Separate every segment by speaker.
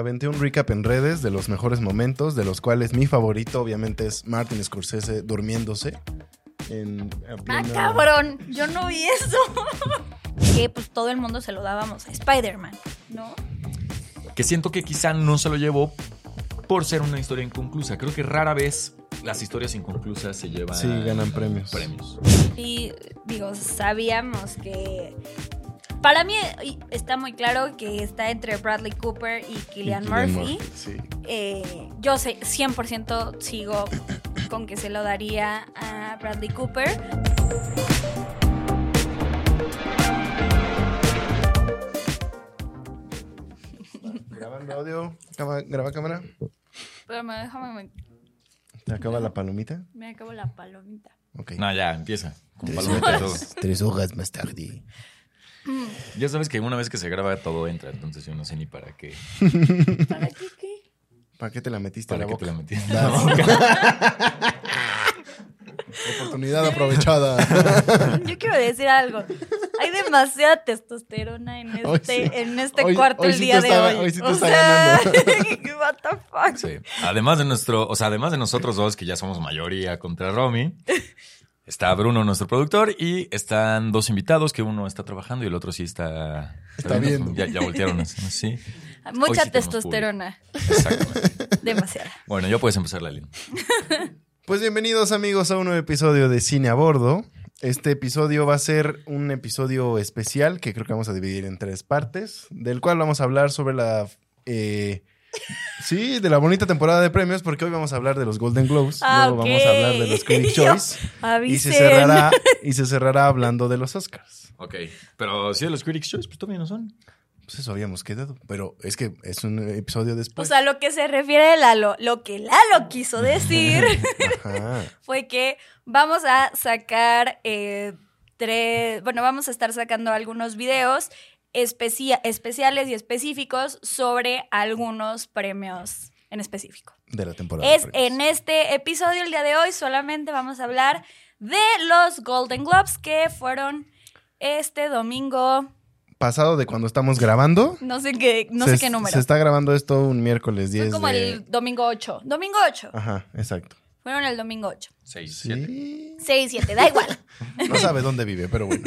Speaker 1: Aventé un recap en redes de los mejores momentos, de los cuales mi favorito obviamente es Martin Scorsese durmiéndose. En, en
Speaker 2: ¡Ah,
Speaker 1: plena-
Speaker 2: cabrón! Yo no vi eso. que pues todo el mundo se lo dábamos a Spider-Man, ¿no?
Speaker 3: que siento que quizá no se lo llevó por ser una historia inconclusa. Creo que rara vez las historias inconclusas se llevan
Speaker 1: Sí, ganan premios.
Speaker 3: premios.
Speaker 2: Y digo, sabíamos que. Para mí y- está muy claro que está entre Bradley Cooper y Killian Murphy.
Speaker 1: sí.
Speaker 2: Eh, yo sé, 100% sigo con que se lo daría a Bradley Cooper.
Speaker 1: Grabando audio, graba, graba cámara.
Speaker 2: Pero me- déjame, me,
Speaker 1: ¿Te acaba la palomita?
Speaker 2: me acabo la palomita.
Speaker 1: Ok.
Speaker 3: No, ya, empieza. Con palomita y todo.
Speaker 1: Tres hojas más tarde.
Speaker 3: Ya sabes que una vez que se graba todo entra, entonces yo no sé ni para qué.
Speaker 2: ¿Para qué qué?
Speaker 1: ¿Para qué te la metiste a
Speaker 3: ¿Para
Speaker 1: la
Speaker 3: qué te
Speaker 1: boca?
Speaker 3: la metí?
Speaker 1: Oportunidad aprovechada.
Speaker 2: Yo quiero decir algo. Hay demasiada testosterona en este,
Speaker 1: Hoy sí.
Speaker 2: en este
Speaker 1: Hoy-
Speaker 2: cuarto
Speaker 1: hoy
Speaker 2: el
Speaker 1: sí te
Speaker 2: día de
Speaker 1: está-
Speaker 2: hoy.
Speaker 1: hoy sí te
Speaker 2: O
Speaker 1: está
Speaker 2: sea,
Speaker 1: ganando.
Speaker 2: what the fuck.
Speaker 3: Sí. Además de nuestro, o sea, además de nosotros dos, que ya somos mayoría contra Romy, está Bruno, nuestro productor, y están dos invitados, que uno está trabajando y el otro sí está.
Speaker 1: Está viendo.
Speaker 3: Ya, ya voltearon así. Sí.
Speaker 2: Mucha
Speaker 3: sí tenemos
Speaker 2: testosterona.
Speaker 3: Exactamente.
Speaker 2: Demasiada.
Speaker 3: Bueno, ya puedes empezar la línea.
Speaker 1: pues bienvenidos amigos a un nuevo episodio de Cine a Bordo. Este episodio va a ser un episodio especial que creo que vamos a dividir en tres partes, del cual vamos a hablar sobre la... eh, sí, de la bonita temporada de premios, porque hoy vamos a hablar de los Golden Globes,
Speaker 2: Ah,
Speaker 1: luego
Speaker 2: ok.
Speaker 1: vamos a hablar de los Critics'
Speaker 2: Yo-
Speaker 1: Choice y se,
Speaker 2: Avisen.
Speaker 1: cerrará, y se cerrará hablando de los Oscars.
Speaker 3: Ok. Pero sí, de los Critics' Choice, pues todavía no son.
Speaker 1: Pues eso habíamos quedado, pero es que es un episodio
Speaker 2: O
Speaker 1: después.
Speaker 2: sea, lo que se refiere Lalo, lo que Lalo quiso decir
Speaker 1: Ajá.
Speaker 2: fue que vamos a sacar eh, tres, bueno, vamos a estar sacando algunos videos especia- especiales y específicos sobre algunos premios en específico.
Speaker 1: de la temporada.
Speaker 2: Es
Speaker 1: de premios.
Speaker 2: en este episodio, el día de hoy, solamente vamos a hablar de los Golden Globes que fueron este domingo,
Speaker 1: pasado de cuando estamos grabando.
Speaker 2: no sé qué, no
Speaker 1: Se-
Speaker 2: sé qué número.
Speaker 1: Se está grabando esto un miércoles 10
Speaker 2: Fue como
Speaker 1: de- Ah.
Speaker 2: el domingo 8. Domingo 8.
Speaker 1: Ajá, exacto.
Speaker 2: Fueron el domingo 8.
Speaker 3: Seis, siete.
Speaker 1: Sí.
Speaker 2: 6, 7, da igual.
Speaker 1: No sabe dónde vive, pero bueno.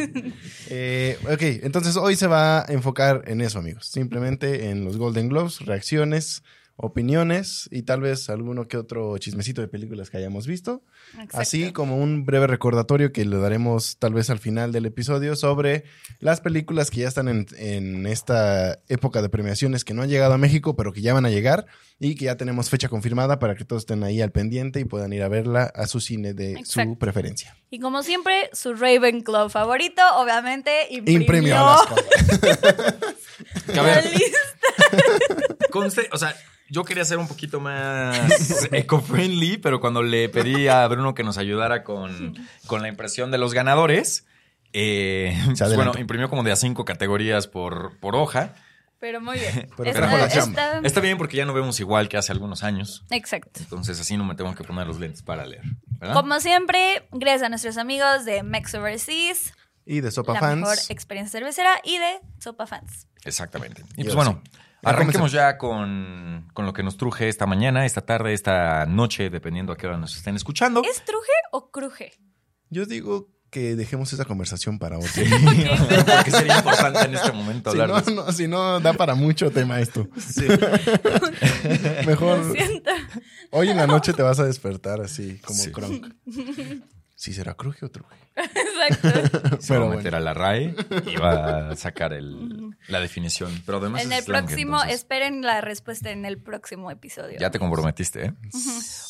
Speaker 1: Eh, ok, entonces hoy se va a enfocar en eso, amigos. Simplemente en los Golden Globes, reacciones, opiniones y tal vez alguno que otro chismecito de películas que hayamos visto. Así como un breve recordatorio que le daremos tal vez al final del episodio sobre las películas que ya están en, en esta época de premiaciones que no han llegado a México, pero que ya van a llegar y que ya tenemos fecha confirmada para que todos estén ahí al pendiente y puedan ir a verla a su cine de
Speaker 2: Exacto.
Speaker 1: su preferencia.
Speaker 2: Y como siempre, su Ravenclaw favorito, obviamente,
Speaker 1: Imprimió
Speaker 2: imprimió
Speaker 1: las cosas.
Speaker 3: Que a ver,
Speaker 2: la lista.
Speaker 3: conste, o sea, yo quería ser un poquito más eco-friendly, pero cuando le pedí a Bruno que nos ayudara con, con la impresión de los ganadores, eh, pues
Speaker 1: adelantó.
Speaker 3: bueno, imprimió como de a cinco categorías por, por hoja.
Speaker 2: Pero muy bien.
Speaker 1: Pero
Speaker 2: Está-
Speaker 1: trajo la
Speaker 2: está-
Speaker 1: chamba.
Speaker 3: Está bien porque ya no vemos igual que hace algunos años.
Speaker 2: Exacto.
Speaker 3: Entonces así no me tengo que poner los lentes para leer. ¿verdad?
Speaker 2: Como siempre, gracias a nuestros amigos de Mex Overseas,
Speaker 1: Y de Sopa
Speaker 2: la
Speaker 1: Fans.
Speaker 2: mejor experiencia cervecera, y de Sopa Fans.
Speaker 3: Exactamente.
Speaker 1: Y
Speaker 3: Y pues
Speaker 1: ahora
Speaker 3: bueno,
Speaker 1: sí. Ya
Speaker 3: arranquemos ya con, con lo que nos truje esta mañana, esta tarde, esta noche, dependiendo a qué hora nos estén escuchando.
Speaker 2: ¿Es truje o cruje?
Speaker 1: Yo digo que dejemos esa conversación para otro.
Speaker 3: Porque sería importante en este momento
Speaker 1: Si
Speaker 3: hablar de
Speaker 1: no,
Speaker 3: eso.
Speaker 1: no, si no, da para mucho tema esto.
Speaker 2: Lo
Speaker 1: Mejor
Speaker 2: siento.
Speaker 1: hoy en la noche te vas a despertar así, como
Speaker 3: Sí.
Speaker 1: Kronk. Si será cruje o truje.
Speaker 2: Exacto.
Speaker 3: Se va
Speaker 1: Pero
Speaker 3: a meter a la RAE y va a sacar el- la definición. Pero además
Speaker 2: En
Speaker 3: es
Speaker 2: el
Speaker 3: slang,
Speaker 2: próximo,
Speaker 3: entonces
Speaker 2: esperen la respuesta en el próximo episodio.
Speaker 3: Ya te comprometiste, ¿eh?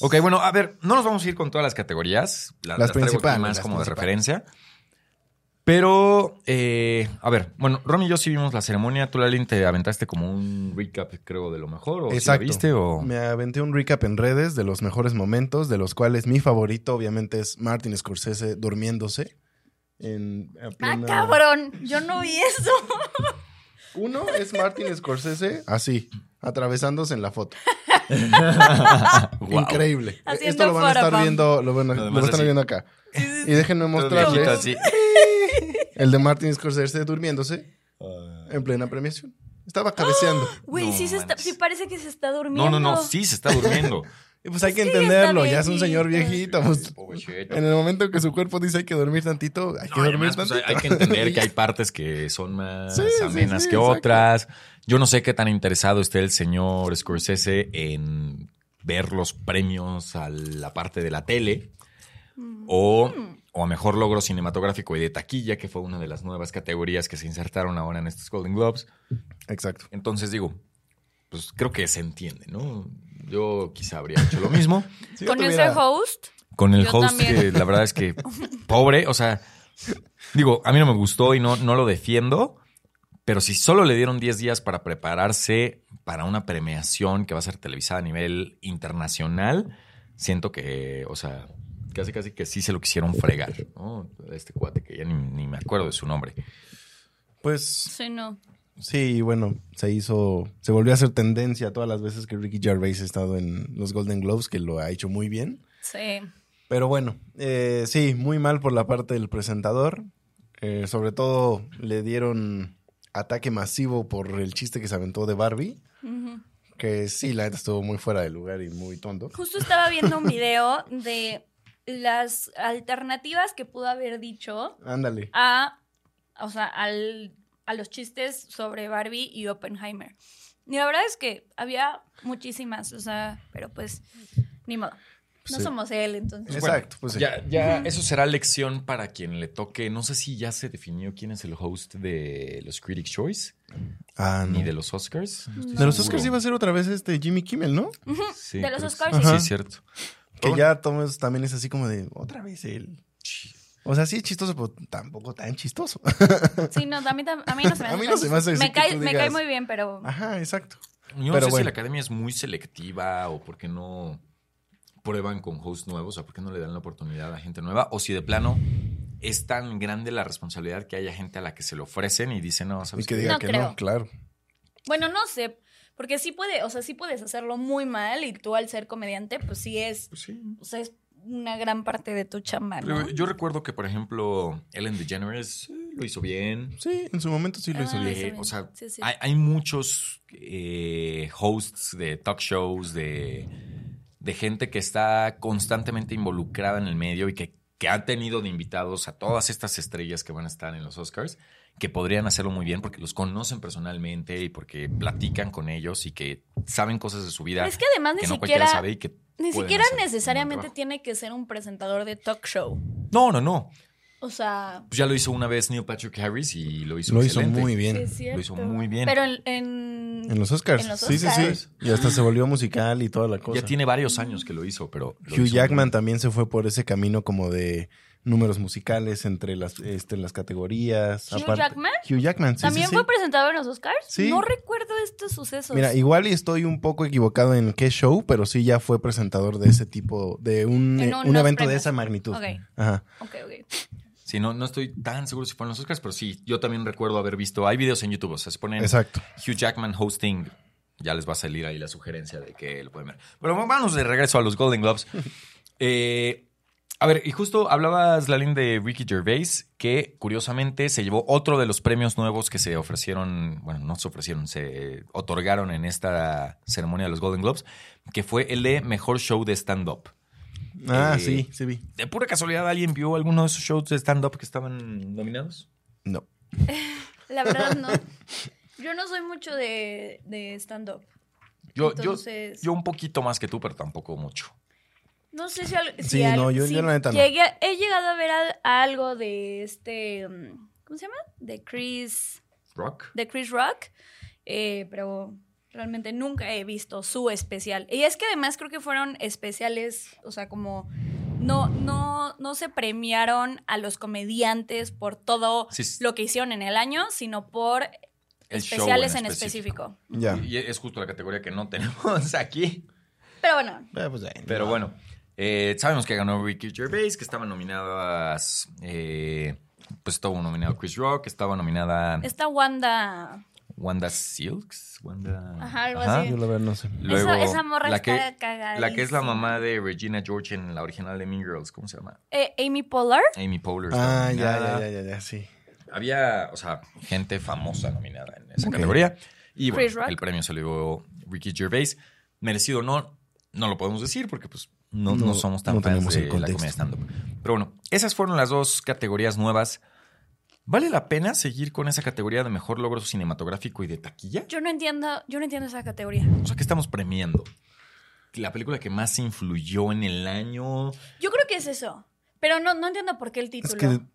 Speaker 3: Ok, bueno, a ver, no nos vamos a ir con todas las categorías. la-
Speaker 1: Las
Speaker 3: Las, traigo aquí
Speaker 1: principales,
Speaker 3: Más
Speaker 1: las
Speaker 3: como de
Speaker 1: principales.
Speaker 3: referencia. Pero, eh, a ver, bueno, Ron y yo sí vimos la ceremonia. Tú, Lalin, te aventaste como un recap, creo, de lo mejor. ¿O si la viste? O...
Speaker 1: Me aventé un recap en redes de los mejores momentos, de los cuales mi favorito obviamente es Martin Scorsese durmiéndose. En a
Speaker 2: ¡Ah,
Speaker 1: plena-
Speaker 2: cabrón! Yo no vi eso.
Speaker 1: Uno es Martin Scorsese así, atravesándose en la foto.
Speaker 3: Wow.
Speaker 1: Increíble.
Speaker 2: Haciendo
Speaker 1: Esto lo van a estar
Speaker 2: photobomb.
Speaker 1: viendo, lo van a,
Speaker 3: Además
Speaker 1: lo están
Speaker 3: así.
Speaker 1: viendo acá. Y déjenme
Speaker 3: Todo viejito
Speaker 1: mostrarles
Speaker 3: así.
Speaker 1: el de Martin Scorsese durmiéndose en plena premiación. Estaba cabeceando.
Speaker 2: Güey,
Speaker 3: No
Speaker 2: sí, se está,
Speaker 3: manches.
Speaker 2: sí parece que se está durmiendo.
Speaker 3: No, no, no, sí se está durmiendo.
Speaker 1: Y pues hay que
Speaker 2: Sí, está
Speaker 1: entenderlo, ya es un
Speaker 2: viejito.
Speaker 1: señor viejito. pues,
Speaker 3: Pobrecito.
Speaker 1: en el momento que su cuerpo dice hay que dormir tantito, hay que
Speaker 3: No, y
Speaker 1: dormir
Speaker 3: además, pues,
Speaker 1: tantito.
Speaker 3: hay, hay que entender que hay partes que son más
Speaker 1: Sí, sí,
Speaker 3: amenas
Speaker 1: sí,
Speaker 3: que
Speaker 1: exacto.
Speaker 3: otras. Yo no sé qué tan interesado esté el señor Scorsese en ver los premios a la parte de la tele
Speaker 1: Mm.
Speaker 3: o, o a mejor logro cinematográfico y de taquilla, que fue una de las nuevas categorías que se insertaron ahora en estos Golden Globes.
Speaker 1: Exacto.
Speaker 3: Entonces digo, pues creo que se entiende, ¿no? Yo quizá habría hecho lo mismo
Speaker 1: Si yo
Speaker 2: Con
Speaker 1: tuviera-
Speaker 2: ese host.
Speaker 3: con el
Speaker 2: Yo
Speaker 3: host
Speaker 2: también.
Speaker 3: que la verdad es que pobre, o sea, digo, a mí no me gustó y no, no lo defiendo, pero si solo le dieron 10 días para prepararse para una premiación que va a ser televisada a nivel internacional, siento que, o sea, casi casi que sí se lo quisieron fregar, ¿no? Este cuate que ya ni, ni me acuerdo de su nombre.
Speaker 1: Pues
Speaker 2: Sí, no.
Speaker 1: sí, bueno, se hizo, se volvió a hacer tendencia todas las veces que Ricky Gervais ha estado en los Golden Globes, que lo ha hecho muy bien.
Speaker 2: Sí.
Speaker 1: Pero bueno, eh, sí, muy mal por la parte del presentador. Eh, sobre todo le dieron ataque masivo por el chiste que se aventó de Barbie.
Speaker 2: Ujú.
Speaker 1: Que sí, la neta estuvo muy fuera de lugar y muy tonto.
Speaker 2: Justo estaba viendo un video de las alternativas que pudo haber dicho
Speaker 1: Ándale.
Speaker 2: a, o sea, al- a los chistes sobre Barbie y Oppenheimer. Y la verdad es que había muchísimas, o sea, pero pues, ni modo. No
Speaker 1: Sí.
Speaker 2: somos él, entonces.
Speaker 1: Exacto, pues sí.
Speaker 3: ya, ya eso será lección para quien le toque. No sé si ya se definió quién es el host de los Critics' Choice
Speaker 1: Ah, no.
Speaker 3: ni de
Speaker 1: De
Speaker 3: los Oscars.
Speaker 1: los Oscars iba a ser otra vez este Jimmy Kimmel, ¿no?
Speaker 3: Sí,
Speaker 2: De los
Speaker 3: creo
Speaker 2: Oscars,
Speaker 3: que sí.
Speaker 1: sí.
Speaker 3: Sí,
Speaker 1: Ajá.
Speaker 3: es cierto.
Speaker 1: Que
Speaker 3: Pero
Speaker 1: ya todos también es así como de otra vez él. O sea, sí es chistoso, pero tampoco tan chistoso.
Speaker 2: Sí, no, a mí, tam- a mí no se me hace.
Speaker 1: A mí no se me hace
Speaker 2: tan-
Speaker 1: así
Speaker 2: Me
Speaker 1: que
Speaker 2: cae,
Speaker 1: tú
Speaker 2: me
Speaker 1: digas- Ah.
Speaker 2: cae muy bien, pero.
Speaker 1: Ajá, exacto.
Speaker 3: Yo no
Speaker 1: Pero
Speaker 3: sé si
Speaker 1: bueno.
Speaker 3: la academia es muy selectiva o por qué no prueban con hosts nuevos, o sea, por qué no le dan la oportunidad a gente nueva, o si de plano es tan grande la responsabilidad que haya gente a la que se le ofrecen y dicen, no,
Speaker 1: Y
Speaker 3: ¿sabes
Speaker 1: que
Speaker 3: qué?
Speaker 1: diga
Speaker 2: No
Speaker 1: que no,
Speaker 2: creo.
Speaker 1: claro.
Speaker 2: Bueno, no sé. Porque sí puede, o sea, sí puedes hacerlo muy mal y tú al ser comediante, pues sí es.
Speaker 3: Pues sí.
Speaker 2: O sea, es una gran parte de tu chamba, ¿no?
Speaker 3: Pero yo recuerdo que, por ejemplo, Ellen DeGeneres eh, lo hizo bien.
Speaker 1: Sí, en su momento sí lo hizo
Speaker 2: Ah,
Speaker 1: bien.
Speaker 2: hizo
Speaker 3: Eh,
Speaker 2: bien.
Speaker 3: o sea,
Speaker 2: Sí, sí.
Speaker 3: Hay, hay muchos eh, hosts de talk shows, de, de gente que está constantemente involucrada en el medio y que, que ha tenido de invitados a todas estas estrellas que van a estar en los Oscars, que podrían hacerlo muy bien porque los conocen personalmente y porque platican con ellos y que saben cosas de su vida
Speaker 2: Es que además ni
Speaker 3: que no cualquiera
Speaker 2: siquiera.
Speaker 3: sabe y que
Speaker 2: Ni
Speaker 3: pueden
Speaker 2: siquiera
Speaker 3: hacer un buen
Speaker 2: necesariamente
Speaker 3: trabajo.
Speaker 2: tiene que ser un presentador de talk show.
Speaker 3: No, no, no.
Speaker 2: O sea,
Speaker 3: Pues ya lo hizo una vez Neil Patrick Harris y lo hizo
Speaker 1: Lo hizo
Speaker 3: excelente.
Speaker 1: muy
Speaker 2: sí
Speaker 1: bien.
Speaker 2: es cierto.
Speaker 3: Lo hizo muy bien.
Speaker 2: Pero en, en-
Speaker 1: En los Oscars.
Speaker 2: En los
Speaker 1: sí, sí, sí.
Speaker 2: Oscars.
Speaker 1: Y hasta se volvió musical y toda la cosa.
Speaker 3: Ya tiene varios años que lo hizo, pero... lo hizo
Speaker 1: Hugh
Speaker 3: muy
Speaker 1: Jackman
Speaker 3: bien.
Speaker 1: también se fue por ese camino como de números musicales entre las, este, las categorías.
Speaker 2: ¿Hugh Jackman?
Speaker 1: Hugh Jackman, sí,
Speaker 2: ¿También
Speaker 1: sí, sí.
Speaker 2: fue presentado en los Oscars?
Speaker 1: Sí.
Speaker 2: No recuerdo estos sucesos.
Speaker 1: Mira, igual y estoy un poco equivocado en qué show, pero sí ya fue presentador de ese tipo, de un,
Speaker 2: En
Speaker 1: eh, un
Speaker 2: unos
Speaker 1: evento de
Speaker 2: premios.
Speaker 1: esa magnitud.
Speaker 2: Ok.
Speaker 1: Ajá.
Speaker 2: Ok, ok.
Speaker 3: Sí, no, no estoy tan seguro si fueron los Oscars, pero sí, yo también recuerdo haber visto. Hay videos en YouTube, o sea, se ponen
Speaker 1: Exacto.
Speaker 3: Hugh Jackman hosting. Ya les va a salir ahí la sugerencia de que lo pueden ver. Pero vamos de regreso a los Golden Globes. Eh, a ver, y justo hablabas, Lalín, de Ricky Gervais, que curiosamente se llevó otro de los premios nuevos que se ofrecieron, bueno, no se ofrecieron, se otorgaron en esta ceremonia de los Golden Globes, que fue el de Mejor Show de Stand-Up.
Speaker 1: Ah,
Speaker 3: Eh,
Speaker 1: sí, sí vi.
Speaker 3: ¿De pura casualidad alguien vio alguno de esos shows de stand-up que estaban nominados?
Speaker 1: No.
Speaker 2: La verdad no. Yo no soy mucho de, de stand-up.
Speaker 3: Yo,
Speaker 2: Entonces-
Speaker 3: yo, yo un poquito más que tú, pero tampoco mucho.
Speaker 2: No sé si, al- si
Speaker 1: Sí,
Speaker 2: al-
Speaker 1: no, yo-
Speaker 2: si
Speaker 1: yo la neta no.
Speaker 2: llegué a- he llegado a ver al- algo de este. mm, ¿Cómo se llama? De Chris.
Speaker 3: Rock.
Speaker 2: De Chris Rock. eh, pero realmente nunca he visto su especial. Y es que además creo que fueron especiales. O sea, como. No, no, no se premiaron a los comediantes por todo
Speaker 3: Sí, sí.
Speaker 2: lo que hicieron en el año, sino por
Speaker 3: El show
Speaker 2: especiales en,
Speaker 3: específico.
Speaker 2: específico.
Speaker 1: Ya.
Speaker 3: Y es justo la categoría que no tenemos aquí.
Speaker 2: Pero bueno,
Speaker 1: Ah, pues, eh,
Speaker 3: Pero
Speaker 1: no.
Speaker 3: bueno, eh, sabemos que ganó Ricky Gervais, que estaban nominadas... eh, pues estaba nominado Chris Rock, estaba nominada
Speaker 2: esta Wanda.
Speaker 3: Wanda Silks. Wanda...
Speaker 2: Ajá, algo así.
Speaker 1: Yo la verdad no sé.
Speaker 3: Luego,
Speaker 2: esa, esa morra
Speaker 3: la que,
Speaker 2: está cagada.
Speaker 3: la que es la mamá de Regina George en la original de Mean Girls, ¿cómo se llama?
Speaker 2: Eh, Amy Poehler.
Speaker 3: Amy Poehler. estaba
Speaker 1: Ah, ya,
Speaker 3: nominada.
Speaker 1: ya, ya, ya, ya, sí.
Speaker 3: Había, o sea, gente famosa nominada en esa
Speaker 1: Ok.
Speaker 3: categoría. Y
Speaker 2: Chris
Speaker 3: bueno,
Speaker 2: Rock.
Speaker 3: el premio se lo dio Ricky Gervais. Merecido o no, no lo podemos decir porque pues no, no
Speaker 1: No,
Speaker 3: somos tan
Speaker 1: no
Speaker 3: fans
Speaker 1: tenemos
Speaker 3: de
Speaker 1: el
Speaker 3: la comedia
Speaker 1: contexto.
Speaker 3: stand-up. Pero bueno, esas fueron las dos categorías nuevas. ¿Vale la pena seguir con esa categoría de mejor logro cinematográfico y de taquilla?
Speaker 2: Yo no entiendo, yo no entiendo esa categoría.
Speaker 3: O sea, ¿qué estamos premiando? La película que más influyó en el año.
Speaker 2: Yo creo que es eso. Pero no, no entiendo por qué el título.
Speaker 1: Es que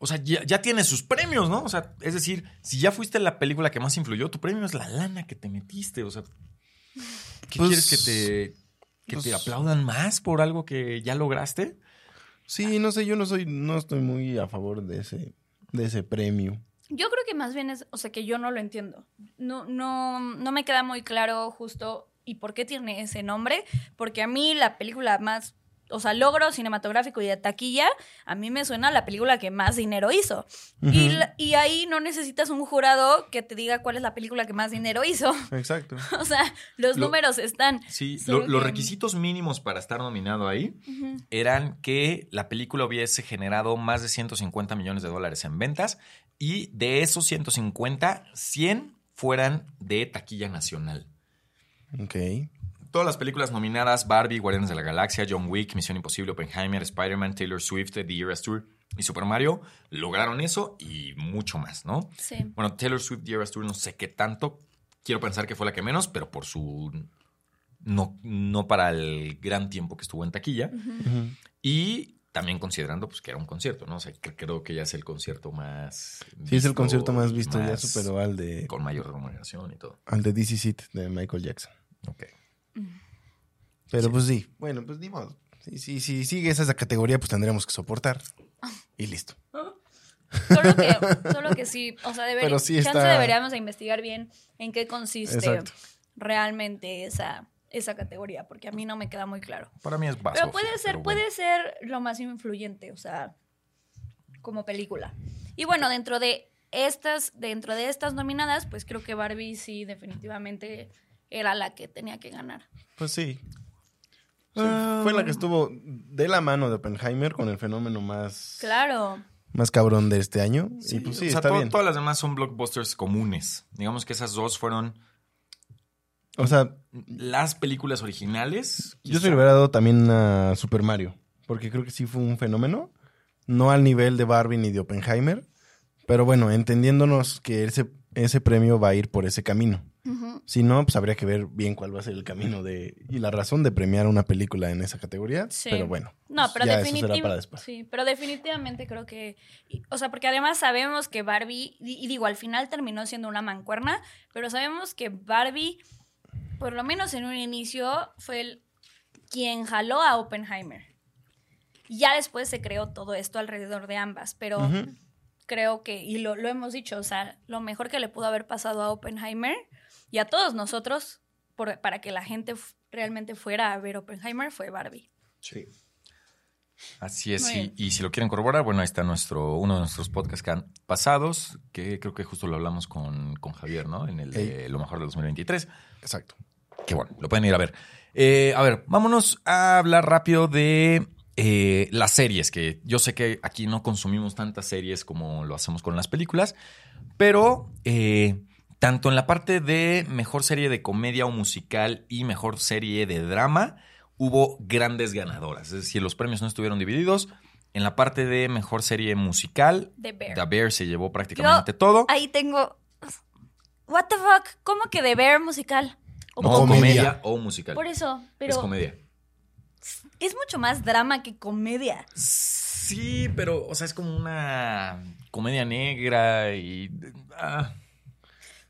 Speaker 3: O sea, ya, ya tiene sus premios, ¿no? O sea, es decir, si ya fuiste la película que más influyó, tu premio es la lana que te metiste. O sea, ¿qué
Speaker 1: Pues,
Speaker 3: quieres que te, que te
Speaker 1: pues-
Speaker 3: aplaudan más por algo que ya lograste?
Speaker 1: sí, no sé, yo no soy, no estoy muy a favor de ese, de ese premio.
Speaker 2: Yo creo que más bien es, o sea, que yo no lo entiendo. No, no, no me queda muy claro justo y por qué tiene ese nombre, porque a mí la película más, o sea, logro cinematográfico y de taquilla, a mí me suena a la película que más dinero hizo. y,
Speaker 1: Ujú.
Speaker 2: la- y ahí no necesitas un jurado que te diga cuál es la película que más dinero hizo.
Speaker 1: Exacto.
Speaker 2: O sea, los
Speaker 3: Lo-
Speaker 2: números están.
Speaker 3: Sí,
Speaker 2: Solo
Speaker 3: lo- los
Speaker 2: que-
Speaker 3: requisitos mínimos para estar nominado ahí
Speaker 2: Ujú.
Speaker 3: eran que la película hubiese generado más de 150 millones de dólares en ventas y de esos 150, 100 fueran de taquilla nacional.
Speaker 1: Ok.
Speaker 3: Todas las películas nominadas, Barbie, Guardianes de la Galaxia, John Wick, Misión Imposible, Oppenheimer, Spider-Man, Taylor Swift, The Eras Tour y Super Mario, lograron eso y mucho más, ¿no?
Speaker 2: Sí.
Speaker 3: Bueno, Taylor Swift, The Eras Tour, no sé qué tanto. Quiero pensar que fue la que menos, pero por su... No, no para el gran tiempo que estuvo en taquilla.
Speaker 2: Ujú.
Speaker 1: Ujú.
Speaker 3: Y también considerando pues, que era un concierto, ¿no? O sea, que creo que ya es el concierto más...
Speaker 1: Sí, es el
Speaker 3: visto,
Speaker 1: concierto más visto, ya
Speaker 3: más-
Speaker 1: superó al de,
Speaker 3: Con mayor remuneración y todo.
Speaker 1: al de DC Seat de Michael Jackson.
Speaker 3: Ok.
Speaker 1: Pero
Speaker 3: Sí.
Speaker 1: pues sí. Bueno, pues ni modo. Si sí, sí, sigue esa esa categoría, pues tendremos que soportar.
Speaker 3: Ah.
Speaker 1: Y listo.
Speaker 2: Solo que, solo que sí, o sea, debería-
Speaker 1: Pero sí
Speaker 2: chance
Speaker 1: está-
Speaker 2: deberíamos de investigar bien en qué consiste
Speaker 1: Exacto.
Speaker 2: realmente esa, esa categoría, porque a mí no me queda muy claro.
Speaker 3: Para mí es básico.
Speaker 2: Pero puede ser, puede ser lo más influyente, o sea, como película. Y bueno, dentro de estas, dentro de estas nominadas, pues creo que Barbie sí definitivamente era la que tenía que ganar.
Speaker 1: Pues sí. Sí,
Speaker 3: Ah.
Speaker 1: Fue la que estuvo de la mano de Oppenheimer con el fenómeno más,
Speaker 2: Claro.
Speaker 1: más cabrón de este año. y pues sí,
Speaker 3: o sea,
Speaker 1: está
Speaker 3: to-
Speaker 1: bien.
Speaker 3: todas las demás son blockbusters comunes. Digamos que esas dos fueron
Speaker 1: O sea,
Speaker 3: las películas originales.
Speaker 1: yo soy liberado también a Super Mario, porque creo que sí fue un fenómeno, no al nivel de Barbie ni de Oppenheimer, pero bueno, entendiéndonos que ese, ese premio va a ir por ese camino.
Speaker 2: Ujú.
Speaker 1: Si no, pues habría que ver bien cuál va a ser el camino de y la razón de premiar una película en esa categoría.
Speaker 2: Sí.
Speaker 1: Pero bueno, pues,
Speaker 2: No, pero
Speaker 1: ya eso será para
Speaker 2: definitivamente.
Speaker 1: después.
Speaker 2: Sí, pero definitivamente creo que. y- O sea, porque además sabemos que Barbie, y y digo, al final terminó siendo una mancuerna, pero sabemos que Barbie, por lo menos en un inicio, fue el quien jaló a Oppenheimer. Y Ya después se creó todo esto alrededor de ambas, pero
Speaker 1: Ujú.
Speaker 2: creo que, y lo, lo hemos dicho, o sea, lo mejor que le pudo haber pasado a Oppenheimer y a todos nosotros por- para que la gente f- realmente fuera a ver Oppenheimer fue Barbie.
Speaker 3: Así es.
Speaker 2: Muy
Speaker 3: Y,
Speaker 2: bien.
Speaker 3: y si lo quieren corroborar, bueno, ahí está nuestro, uno de nuestros podcasts que han pasados, que creo que justo lo hablamos con, con Javier, ¿no? En el de Lo mejor de 2023.
Speaker 1: Exacto.
Speaker 3: Que bueno, lo pueden ir a ver. Eh, a ver, vámonos a hablar rápido de eh, las series, que yo sé que aquí no consumimos tantas series como lo hacemos con las películas, pero eh, tanto en la parte de mejor serie de comedia o musical y mejor serie de drama, hubo grandes ganadoras. Es decir, los premios no estuvieron divididos. En la parte de mejor serie musical,
Speaker 2: The Bear.
Speaker 3: The Bear se llevó prácticamente todo.
Speaker 2: Ahí tengo. What the fuck? ¿Cómo que de ver musical? ¿O
Speaker 3: No,
Speaker 2: cómo?
Speaker 1: comedia
Speaker 3: comedia. o musical.
Speaker 2: Por eso,
Speaker 3: es
Speaker 2: pero
Speaker 3: comedia.
Speaker 2: es, mucho más drama que comedia.
Speaker 3: Sí, pero, o sea, es como una comedia negra y. ah,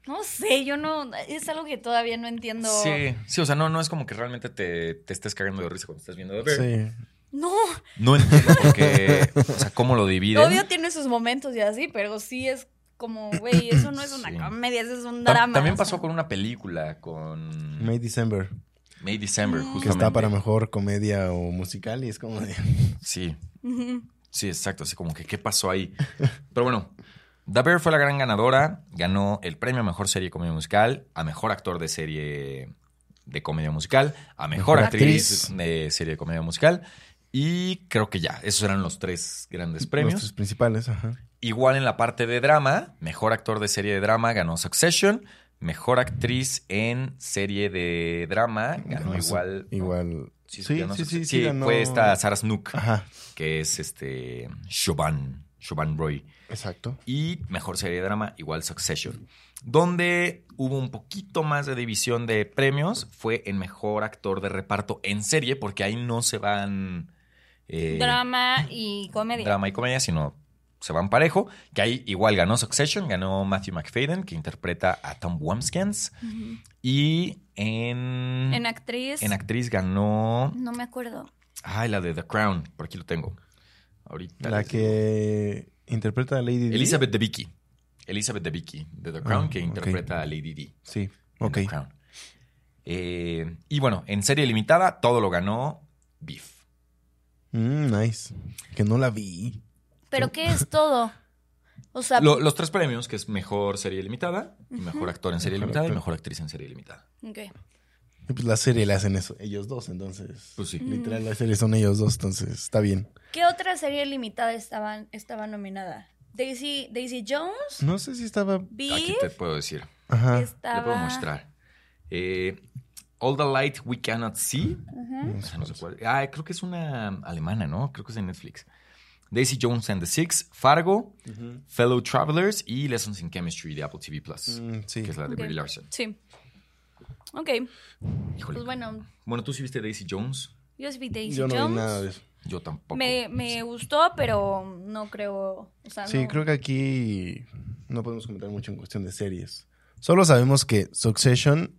Speaker 2: No sé, yo no. Es algo que todavía no entiendo.
Speaker 3: Sí, sí, o sea, no, no es como que realmente te, te estés cagando de risa cuando estás viendo The Bear.
Speaker 1: Sí.
Speaker 2: No,
Speaker 3: No entiendo por qué. o sea, cómo lo dividen.
Speaker 2: obvio tiene sus momentos y así, pero sí es como, güey, eso no es una
Speaker 3: Sí.
Speaker 2: comedia, eso es un
Speaker 3: Ta-
Speaker 2: drama.
Speaker 3: También
Speaker 2: o sea.
Speaker 3: pasó con una película, con
Speaker 1: May December,
Speaker 3: May December,
Speaker 2: Mm.
Speaker 3: justamente.
Speaker 1: que está para mejor comedia o musical y es como de...
Speaker 3: Sí,
Speaker 2: Ujú.
Speaker 3: sí, exacto. Así como que, ¿qué pasó ahí? Pero bueno, The Bear fue la gran ganadora. Ganó el premio a mejor serie de comedia musical, a mejor actor de serie de comedia musical, a mejor,
Speaker 1: Mejor
Speaker 3: actriz,
Speaker 1: actriz.
Speaker 3: de serie de comedia musical. Y creo que ya, esos eran los tres grandes premios.
Speaker 1: Los tres principales, ajá.
Speaker 3: Igual en la parte de drama, mejor actor de serie de drama ganó Succession, Mejor actriz en serie de drama. Ganó
Speaker 1: Ganó eso.
Speaker 3: igual. ¿no?
Speaker 1: Pues, Igual. Sí, sí,
Speaker 3: ganó
Speaker 1: sí,
Speaker 3: eso.
Speaker 1: sí,
Speaker 3: Sí,
Speaker 1: ganó-
Speaker 3: fue esta Sarah Snook,
Speaker 1: Ajá,
Speaker 3: que es este Chauvin, Chauvin Roy.
Speaker 1: exacto.
Speaker 3: Y mejor serie de drama, igual Succession. Donde hubo un poquito más de división de premios fue en mejor actor de reparto en serie, porque ahí no se van. eh,
Speaker 2: Drama y comedia.
Speaker 3: drama y comedia, sino se van parejo. Que ahí igual ganó Succession, ganó Matthew McFadden, que interpreta a Tom Wamskins.
Speaker 2: Ujú.
Speaker 3: Y en,
Speaker 2: En actriz.
Speaker 3: en actriz ganó.
Speaker 2: no me acuerdo.
Speaker 3: Ay, la de The Crown, por aquí lo tengo. Ahorita.
Speaker 1: La
Speaker 3: les
Speaker 1: que interpreta a Lady
Speaker 3: digo.
Speaker 1: Di.
Speaker 3: Elizabeth de Vicky. Elizabeth de Vicky, de The Crown,
Speaker 1: Ah,
Speaker 3: que
Speaker 1: ok.
Speaker 3: interpreta a Lady D.
Speaker 1: Sí,
Speaker 3: en
Speaker 1: ok.
Speaker 3: The Crown. Eh, y bueno, en serie limitada, todo lo ganó Beef.
Speaker 1: Mm, nice. Que no la vi.
Speaker 2: ¿Pero qué es todo? O sea,
Speaker 3: Lo- los tres premios, que es mejor serie limitada, y mejor actor en serie
Speaker 1: Mejor
Speaker 3: limitada y
Speaker 1: actor.
Speaker 3: mejor actriz en serie limitada.
Speaker 2: ok.
Speaker 1: Y Pues la serie la hacen eso, ellos dos, entonces.
Speaker 3: Pues sí.
Speaker 1: Literal, la serie son ellos dos, entonces está bien.
Speaker 2: ¿qué otra serie limitada estaba, estaba nominada? Daisy, Daisy Jones,
Speaker 1: No sé si estaba.
Speaker 3: Aquí
Speaker 2: Beef,
Speaker 3: te puedo decir,
Speaker 1: Ajá.
Speaker 2: estaba...
Speaker 3: te puedo mostrar. Eh, All the Light We Cannot See.
Speaker 1: Ah,
Speaker 2: Ujú.
Speaker 3: O sea, no sé cuál. Ah, creo que es una alemana, ¿no? Creo que es de Netflix. Daisy Jones and the Six, Fargo,
Speaker 1: Ujú.
Speaker 3: Fellow Travelers y Lessons in Chemistry de Apple TV Plus,
Speaker 1: Mm, sí.
Speaker 3: que es la de
Speaker 2: Ok.
Speaker 3: Brie Larson.
Speaker 2: Sí. Ok,
Speaker 3: Híjole.
Speaker 2: pues
Speaker 3: Bueno.
Speaker 2: bueno,
Speaker 3: tú sí viste Daisy Jones.
Speaker 2: yo sí vi Daisy
Speaker 1: Yo no
Speaker 2: Jones.
Speaker 1: vi nada de eso.
Speaker 3: Yo tampoco.
Speaker 2: Me, me gustó, pero no creo. O sea,
Speaker 1: Sí,
Speaker 2: Ah, no-
Speaker 1: creo que aquí no podemos comentar mucho en cuestión de series. Solo sabemos que Succession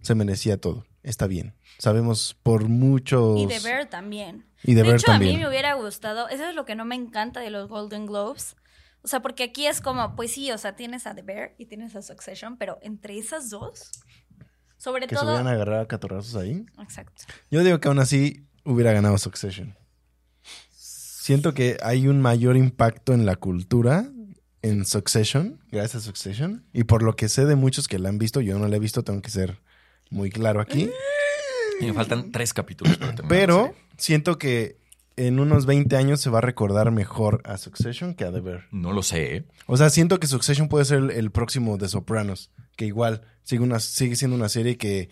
Speaker 1: se merecía todo. Está bien. Sabemos por muchos.
Speaker 2: Y de ver también.
Speaker 1: Y de,
Speaker 2: De,
Speaker 1: ver
Speaker 2: hecho, a
Speaker 1: también.
Speaker 2: mí me hubiera gustado. Eso es lo que no me encanta de los Golden Globes. O sea, porque aquí es como, pues sí, o sea, tienes a The Bear y tienes a Succession, pero entre esas dos, sobre
Speaker 1: Que se
Speaker 2: todo.
Speaker 1: vayan a agarrar a catorrazos ahí.
Speaker 2: Exacto.
Speaker 1: Yo digo que aún así hubiera ganado Succession. Siento que hay un mayor impacto en la cultura en Succession, gracias a Succession. Y por lo que sé de muchos que la han visto, yo no la he visto, tengo que ser muy claro aquí.
Speaker 3: Y me faltan tres capítulos para terminar. la
Speaker 1: Pero
Speaker 3: serie.
Speaker 1: siento que en unos 20 años se va a recordar mejor a Succession que a The Bear.
Speaker 3: No lo sé, ¿eh?
Speaker 1: O sea, siento que Succession puede ser el, el próximo de Sopranos, que igual sigue, una, sigue siendo una serie que...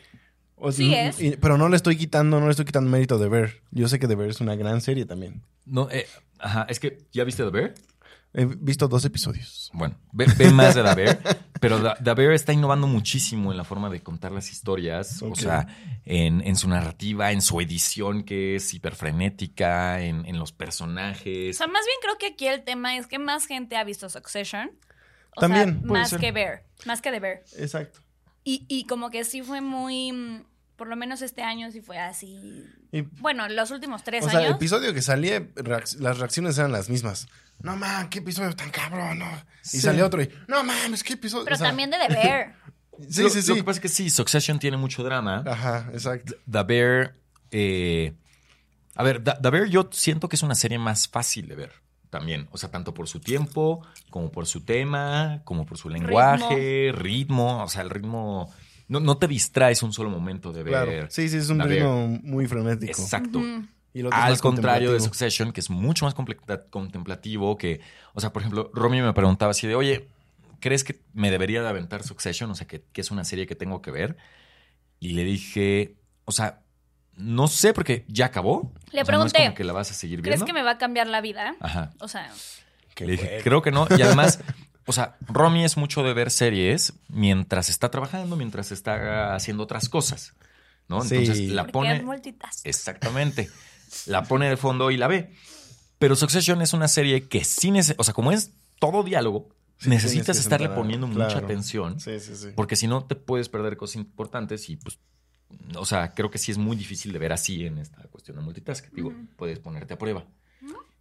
Speaker 1: o-
Speaker 2: Sí es.
Speaker 1: y- pero no le estoy quitando, no le estoy quitando mérito a The Bear. Yo sé que The Bear es una gran serie también.
Speaker 3: No, eh, ajá, es que, ¿ya viste The Bear?
Speaker 1: He visto dos episodios.
Speaker 3: Bueno, ve, ve más de Daver, pero Da- Daver está innovando muchísimo en la forma de contar las historias, o
Speaker 1: Ok.
Speaker 3: sea, en, en su narrativa, en su edición que es hiperfrenética, en, en los
Speaker 2: O
Speaker 3: personajes.
Speaker 2: sea, más bien creo que aquí el tema es que más gente ha visto Succession. O
Speaker 1: También,
Speaker 2: sea,
Speaker 1: puede
Speaker 2: más
Speaker 1: ser.
Speaker 2: que Bear. Más que The Bear.
Speaker 1: Exacto.
Speaker 2: Y, y como que sí fue muy. mm, Por lo menos este año sí fue así.
Speaker 1: Y,
Speaker 2: Bueno, los últimos tres
Speaker 1: o sea, el
Speaker 2: años.
Speaker 1: episodio que salía, reac- las reacciones eran las mismas. No man, qué episodio tan cabrón, no.
Speaker 3: Sí.
Speaker 1: Y salía otro y, no mames, qué episodio.
Speaker 2: Pero
Speaker 1: o sea,
Speaker 2: también de The Bear.
Speaker 1: Sí,
Speaker 3: Lo-
Speaker 1: sí,
Speaker 3: Lo
Speaker 1: sí.
Speaker 3: que pasa es que sí, Succession tiene mucho drama.
Speaker 1: Ajá, exacto.
Speaker 3: Daver, eh, a ver, Da- Daver yo siento que es una serie más fácil de ver también, o sea, tanto por su tiempo, como por su tema, como por su lenguaje, ritmo, o sea, el ritmo... No, no te distraes un solo momento de ver.
Speaker 1: Claro. Sí, sí, es un
Speaker 3: La
Speaker 1: ritmo muy frenético.
Speaker 3: Exacto.
Speaker 2: Ujú.
Speaker 1: Y el otro es
Speaker 3: Al
Speaker 1: más
Speaker 3: contrario de
Speaker 1: contemplativo.
Speaker 3: Succession, que es mucho más completa- contemplativo, que, o sea, por ejemplo, Romy me preguntaba así de, oye, ¿crees que me debería de aventar Succession? O sea, que, que es una serie que tengo que ver. Y le dije, o sea, no sé porque ya acabó.
Speaker 2: Le
Speaker 3: O sea, no es
Speaker 2: pregunté,
Speaker 3: como que la vas a seguir
Speaker 2: ¿Crees
Speaker 3: viendo.
Speaker 2: que me va a cambiar la vida?
Speaker 1: Ah.
Speaker 3: Ajá.
Speaker 2: O sea,
Speaker 1: Qué
Speaker 3: Le dije,
Speaker 1: fuerte.
Speaker 3: creo que no. Y además, o sea, Romy es mucho de ver series mientras está trabajando, mientras está haciendo otras cosas, ¿no?
Speaker 1: Sí.
Speaker 3: Entonces la
Speaker 2: porque
Speaker 3: pone...
Speaker 1: eh,
Speaker 2: es multitask.
Speaker 3: Exactamente. La pone de fondo y la ve. Pero Succession es una serie que sí neces- o sea, como es todo diálogo,
Speaker 1: Sí, tienes
Speaker 3: necesitas
Speaker 1: que
Speaker 3: estarle
Speaker 1: sentar a-
Speaker 3: poniendo mucha
Speaker 1: claro.
Speaker 3: atención,
Speaker 1: Sí, sí, sí.
Speaker 3: porque si no te puedes perder cosas importantes y pues o sea, creo que sí es muy difícil de ver así en esta cuestión de multitask. Digo,
Speaker 2: Ujú.
Speaker 3: puedes ponerte a prueba.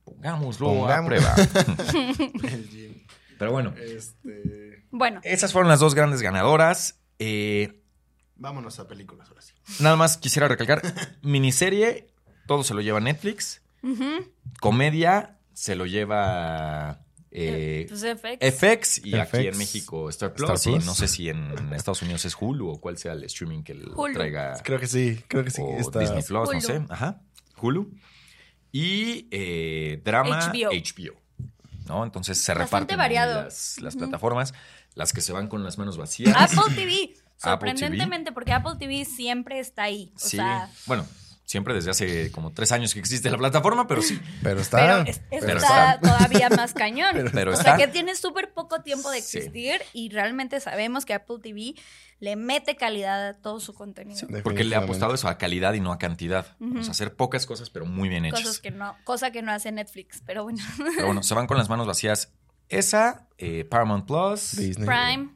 Speaker 3: Pongámoslo a
Speaker 1: Pongamos.
Speaker 3: prueba.
Speaker 1: El gym.
Speaker 3: Pero bueno,
Speaker 1: Este,
Speaker 2: Bueno,
Speaker 3: esas fueron las dos grandes ganadoras. Eh,
Speaker 1: vámonos a películas ahora sí.
Speaker 3: nada más quisiera recalcar, miniserie, todo se lo lleva Netflix.
Speaker 2: ujú.
Speaker 3: comedia se lo lleva eh,
Speaker 2: Pues, FX.
Speaker 3: FX y aquí
Speaker 1: FX,
Speaker 3: en México Star Plus.
Speaker 1: Star Plus.
Speaker 3: Y no sé si en Estados Unidos es Hulu o cuál sea el streaming que lo
Speaker 2: Hulu.
Speaker 3: traiga.
Speaker 1: Creo que sí, creo que sí.
Speaker 3: o
Speaker 1: está-
Speaker 3: Disney Plus,
Speaker 2: Hulu.
Speaker 3: no sé. Ajá. Hulu. Y eh, drama
Speaker 2: HBO.
Speaker 3: HBO. ¿no? Entonces se
Speaker 2: Bastante
Speaker 3: reparten ahí
Speaker 2: variado.
Speaker 3: las, las
Speaker 2: Ujú. Ah,
Speaker 3: plataformas. las que se van con las manos vacías.
Speaker 2: Apple TV. Sorprendentemente, porque Apple TV siempre está ahí. O
Speaker 3: sí.
Speaker 2: sea,
Speaker 3: Bueno, siempre desde hace como tres años que existe la plataforma, pero sí.
Speaker 1: Pero está.
Speaker 2: pero es-
Speaker 1: pero
Speaker 2: esto
Speaker 3: está.
Speaker 2: está, todavía más cañón.
Speaker 3: Pero
Speaker 2: o sea,
Speaker 3: está.
Speaker 2: que tiene súper poco tiempo de
Speaker 3: Sí.
Speaker 2: existir y realmente sabemos que Apple TV le mete calidad a todo su contenido.
Speaker 3: Porque le
Speaker 1: Definitivamente.
Speaker 3: ha apostado eso a calidad y no a cantidad.
Speaker 2: Ujú.
Speaker 3: O sea, hacer pocas cosas, pero muy bien hechas.
Speaker 2: Cosas que no, cosa que no hace Netflix, pero bueno.
Speaker 3: Pero bueno, se van con las manos vacías. Esa, eh, Paramount Plus,
Speaker 1: Disney.
Speaker 2: Prime,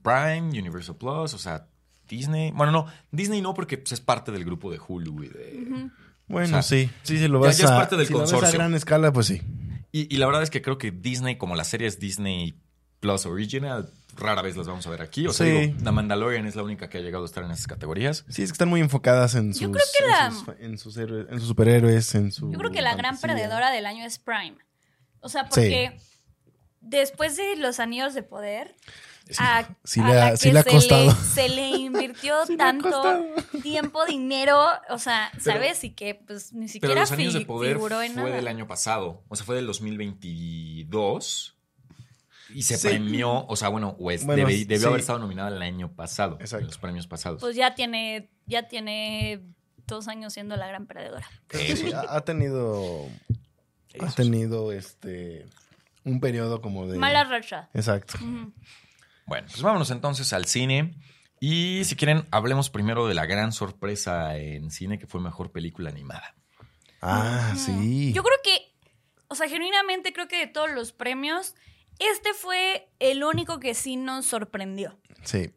Speaker 3: Prime, Universal Plus, o sea, Disney. Bueno, no, Disney no, porque pues, es parte del grupo de Hulu y de.
Speaker 2: ujú.
Speaker 1: Bueno,
Speaker 3: O sea,
Speaker 1: sí. Sí, sí, lo
Speaker 3: ya-
Speaker 1: vas
Speaker 3: ya es
Speaker 1: a-
Speaker 3: parte del
Speaker 1: si lo ves
Speaker 3: consorcio.
Speaker 1: a gran escala, pues sí.
Speaker 3: Y, y la verdad es que creo que Disney, como la serie es Disney Plus Original, rara vez las vamos a ver aquí. O sea,
Speaker 1: Sí.
Speaker 3: digo, The Mandalorian es la única que ha llegado a estar en esas categorías.
Speaker 1: Sí, es que están muy enfocadas en sus,
Speaker 2: Yo creo que la-
Speaker 1: en sus, en sus héroes- en sus superhéroes, en su.
Speaker 2: Yo creo que la gran
Speaker 1: fantasía.
Speaker 2: perdedora del año es Prime. O sea, porque después de los anillos de poder, a,
Speaker 1: sí
Speaker 2: a
Speaker 1: le ha-
Speaker 2: la
Speaker 1: sí
Speaker 2: que
Speaker 1: le ha
Speaker 2: se
Speaker 1: costado.
Speaker 2: se le invirtió
Speaker 1: Sí le ha
Speaker 2: tanto
Speaker 1: costado.
Speaker 2: tiempo, dinero, o sea, ¿sabes? Y que pues ni
Speaker 3: Pero
Speaker 2: siquiera
Speaker 3: los años
Speaker 2: fi-
Speaker 3: de poder
Speaker 2: figuró en
Speaker 3: fue
Speaker 2: nada.
Speaker 3: del año pasado. O sea, fue del 2022. Y se
Speaker 1: Sí.
Speaker 3: premió, o sea, bueno, o es-
Speaker 1: Bueno,
Speaker 3: debe- debió
Speaker 1: sí.
Speaker 3: haber estado nominada el año pasado,
Speaker 1: Exacto.
Speaker 3: en los premios pasados.
Speaker 2: Pues ya tiene, ya tiene dos años siendo la gran perdedora.
Speaker 1: Creo que sí, ha, ha tenido. Ha tenido este. Un periodo como de.
Speaker 2: Mala racha.
Speaker 1: Exacto.
Speaker 2: Ujú.
Speaker 3: Bueno, pues vámonos entonces al cine. Y si quieren, hablemos primero de la gran sorpresa en cine que fue mejor película animada.
Speaker 1: Ah, sí.
Speaker 2: Yo creo que, o sea, genuinamente creo que de todos los premios, este fue el único que sí nos sorprendió.
Speaker 1: Sí.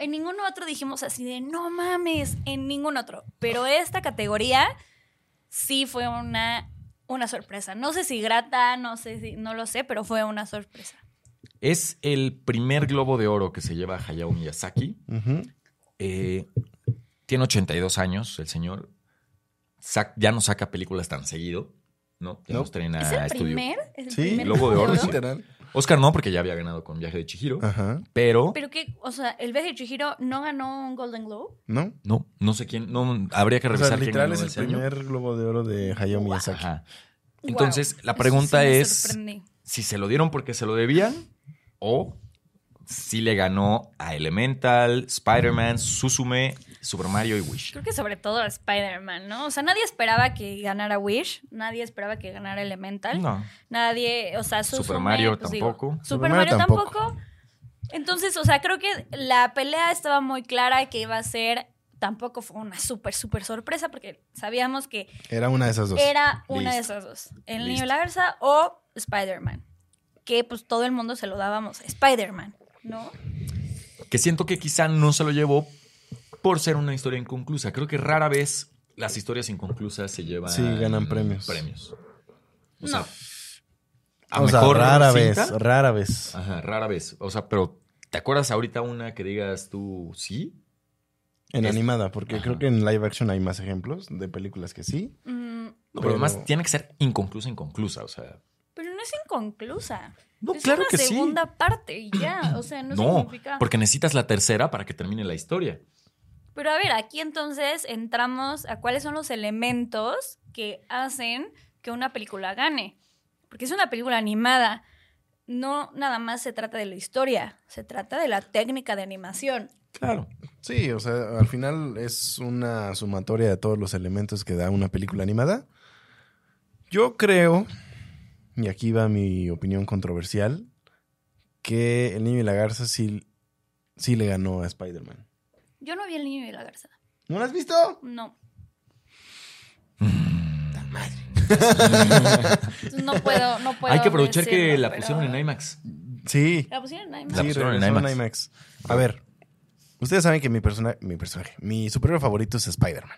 Speaker 2: En ningún otro dijimos así de no mames, en ningún otro. Pero esta categoría sí fue una, una sorpresa. No sé si grata, no sé si, no lo sé, pero fue una sorpresa.
Speaker 3: Es el primer globo de oro que se lleva Hayao Miyazaki.
Speaker 1: Ujú.
Speaker 3: Eh, tiene 82 años el señor. Sac- ya no saca películas tan seguido, ¿no? Ya
Speaker 1: No.
Speaker 3: no estrena
Speaker 2: ¿Es el
Speaker 3: estudio.
Speaker 2: primer? ¿Es el
Speaker 1: Sí.
Speaker 2: primer
Speaker 3: Globo de Oro, Ah, sí.
Speaker 1: Literal.
Speaker 3: Oscar no, porque ya había ganado con Viaje de Chihiro,
Speaker 1: Ajá.
Speaker 3: pero
Speaker 2: Pero que, o sea, el viaje de Chihiro no ganó un Golden Globe.
Speaker 1: ¿No?
Speaker 3: no, no sé quién, no habría que
Speaker 1: O
Speaker 3: revisar
Speaker 1: sea,
Speaker 3: quién
Speaker 1: literal
Speaker 3: ganó
Speaker 1: es el
Speaker 3: ese año.
Speaker 1: primer globo de oro de Hayao Miyazaki.
Speaker 3: Ajá. Entonces,
Speaker 2: Wow,
Speaker 3: la
Speaker 2: eso
Speaker 3: pregunta
Speaker 2: sí me
Speaker 3: es
Speaker 2: sorprendí.
Speaker 3: si se lo dieron porque se lo debían o si le ganó a Elemental,
Speaker 1: Mm.
Speaker 3: Spider-Man, Suzume, Super Mario y Wish.
Speaker 2: Creo que sobre todo a Spider-Man, ¿no? O sea, nadie esperaba que ganara Wish, nadie esperaba que ganara Elemental,
Speaker 3: No.
Speaker 2: nadie, o sea, Suzume,
Speaker 3: Super Mario tampoco.
Speaker 2: Super, Mario tampoco. Entonces, o sea, creo que la pelea estaba muy clara que iba a ser, tampoco fue una súper, súper sorpresa porque sabíamos que
Speaker 1: Era una de esas dos.
Speaker 2: era una de
Speaker 1: Listo.
Speaker 2: esas dos, el
Speaker 3: Listo.
Speaker 2: niño y la garza o Spider-Man, que pues todo el mundo se lo dábamos a Spider-Man, ¿no?
Speaker 3: Que siento que quizá no se lo llevó por ser una historia inconclusa. Creo que rara vez las historias inconclusas se llevan.
Speaker 1: Sí, ganan premios.
Speaker 3: premios. O
Speaker 2: No.
Speaker 3: sea, a
Speaker 1: O sea,
Speaker 3: mejor
Speaker 1: rara vez,
Speaker 3: cinta. Ah,
Speaker 1: rara vez.
Speaker 3: Ajá, rara vez. O sea, pero ¿te acuerdas ahorita una que digas tú sí?
Speaker 1: En
Speaker 3: Es-
Speaker 1: animada, porque
Speaker 3: Ajá.
Speaker 1: creo que en live action hay más ejemplos de películas que sí.
Speaker 2: Mm,
Speaker 3: No, pero además
Speaker 1: Pero-
Speaker 3: tiene que ser inconclusa, inconclusa. O sea,
Speaker 2: Pero no es inconclusa.
Speaker 3: No,
Speaker 2: es
Speaker 3: claro
Speaker 2: una
Speaker 3: que sí.
Speaker 2: segunda parte y ya. O sea, no,
Speaker 3: no,
Speaker 2: significa.
Speaker 3: porque necesitas la tercera para que termine la historia.
Speaker 2: Pero a ver, aquí entonces entramos a cuáles son los elementos que hacen que una película gane. Porque es una película animada. No nada más se trata de la historia, se trata de la técnica de animación.
Speaker 3: Claro.
Speaker 1: Sí, o sea, al final es una sumatoria de todos los elementos que da una película animada. Yo creo, y aquí va mi opinión controversial, que El Niño y la Garza sí, sí le ganó a Spider-Man.
Speaker 2: Yo no vi el niño y la garza.
Speaker 1: ¿No la has visto?
Speaker 2: No. Entonces, no puedo, no puedo.
Speaker 3: Hay que aprovechar que
Speaker 2: decirlo,
Speaker 3: la
Speaker 2: pero-
Speaker 3: pusieron en IMAX.
Speaker 1: Sí.
Speaker 2: La pusieron en
Speaker 3: La
Speaker 1: Sí,
Speaker 2: IMAX.
Speaker 3: pusieron en
Speaker 1: regresó en
Speaker 3: IMAX.
Speaker 1: IMAX. A ver, ustedes saben que mi persona, mi personaje, mi superhéroe favorito es Spider-Man.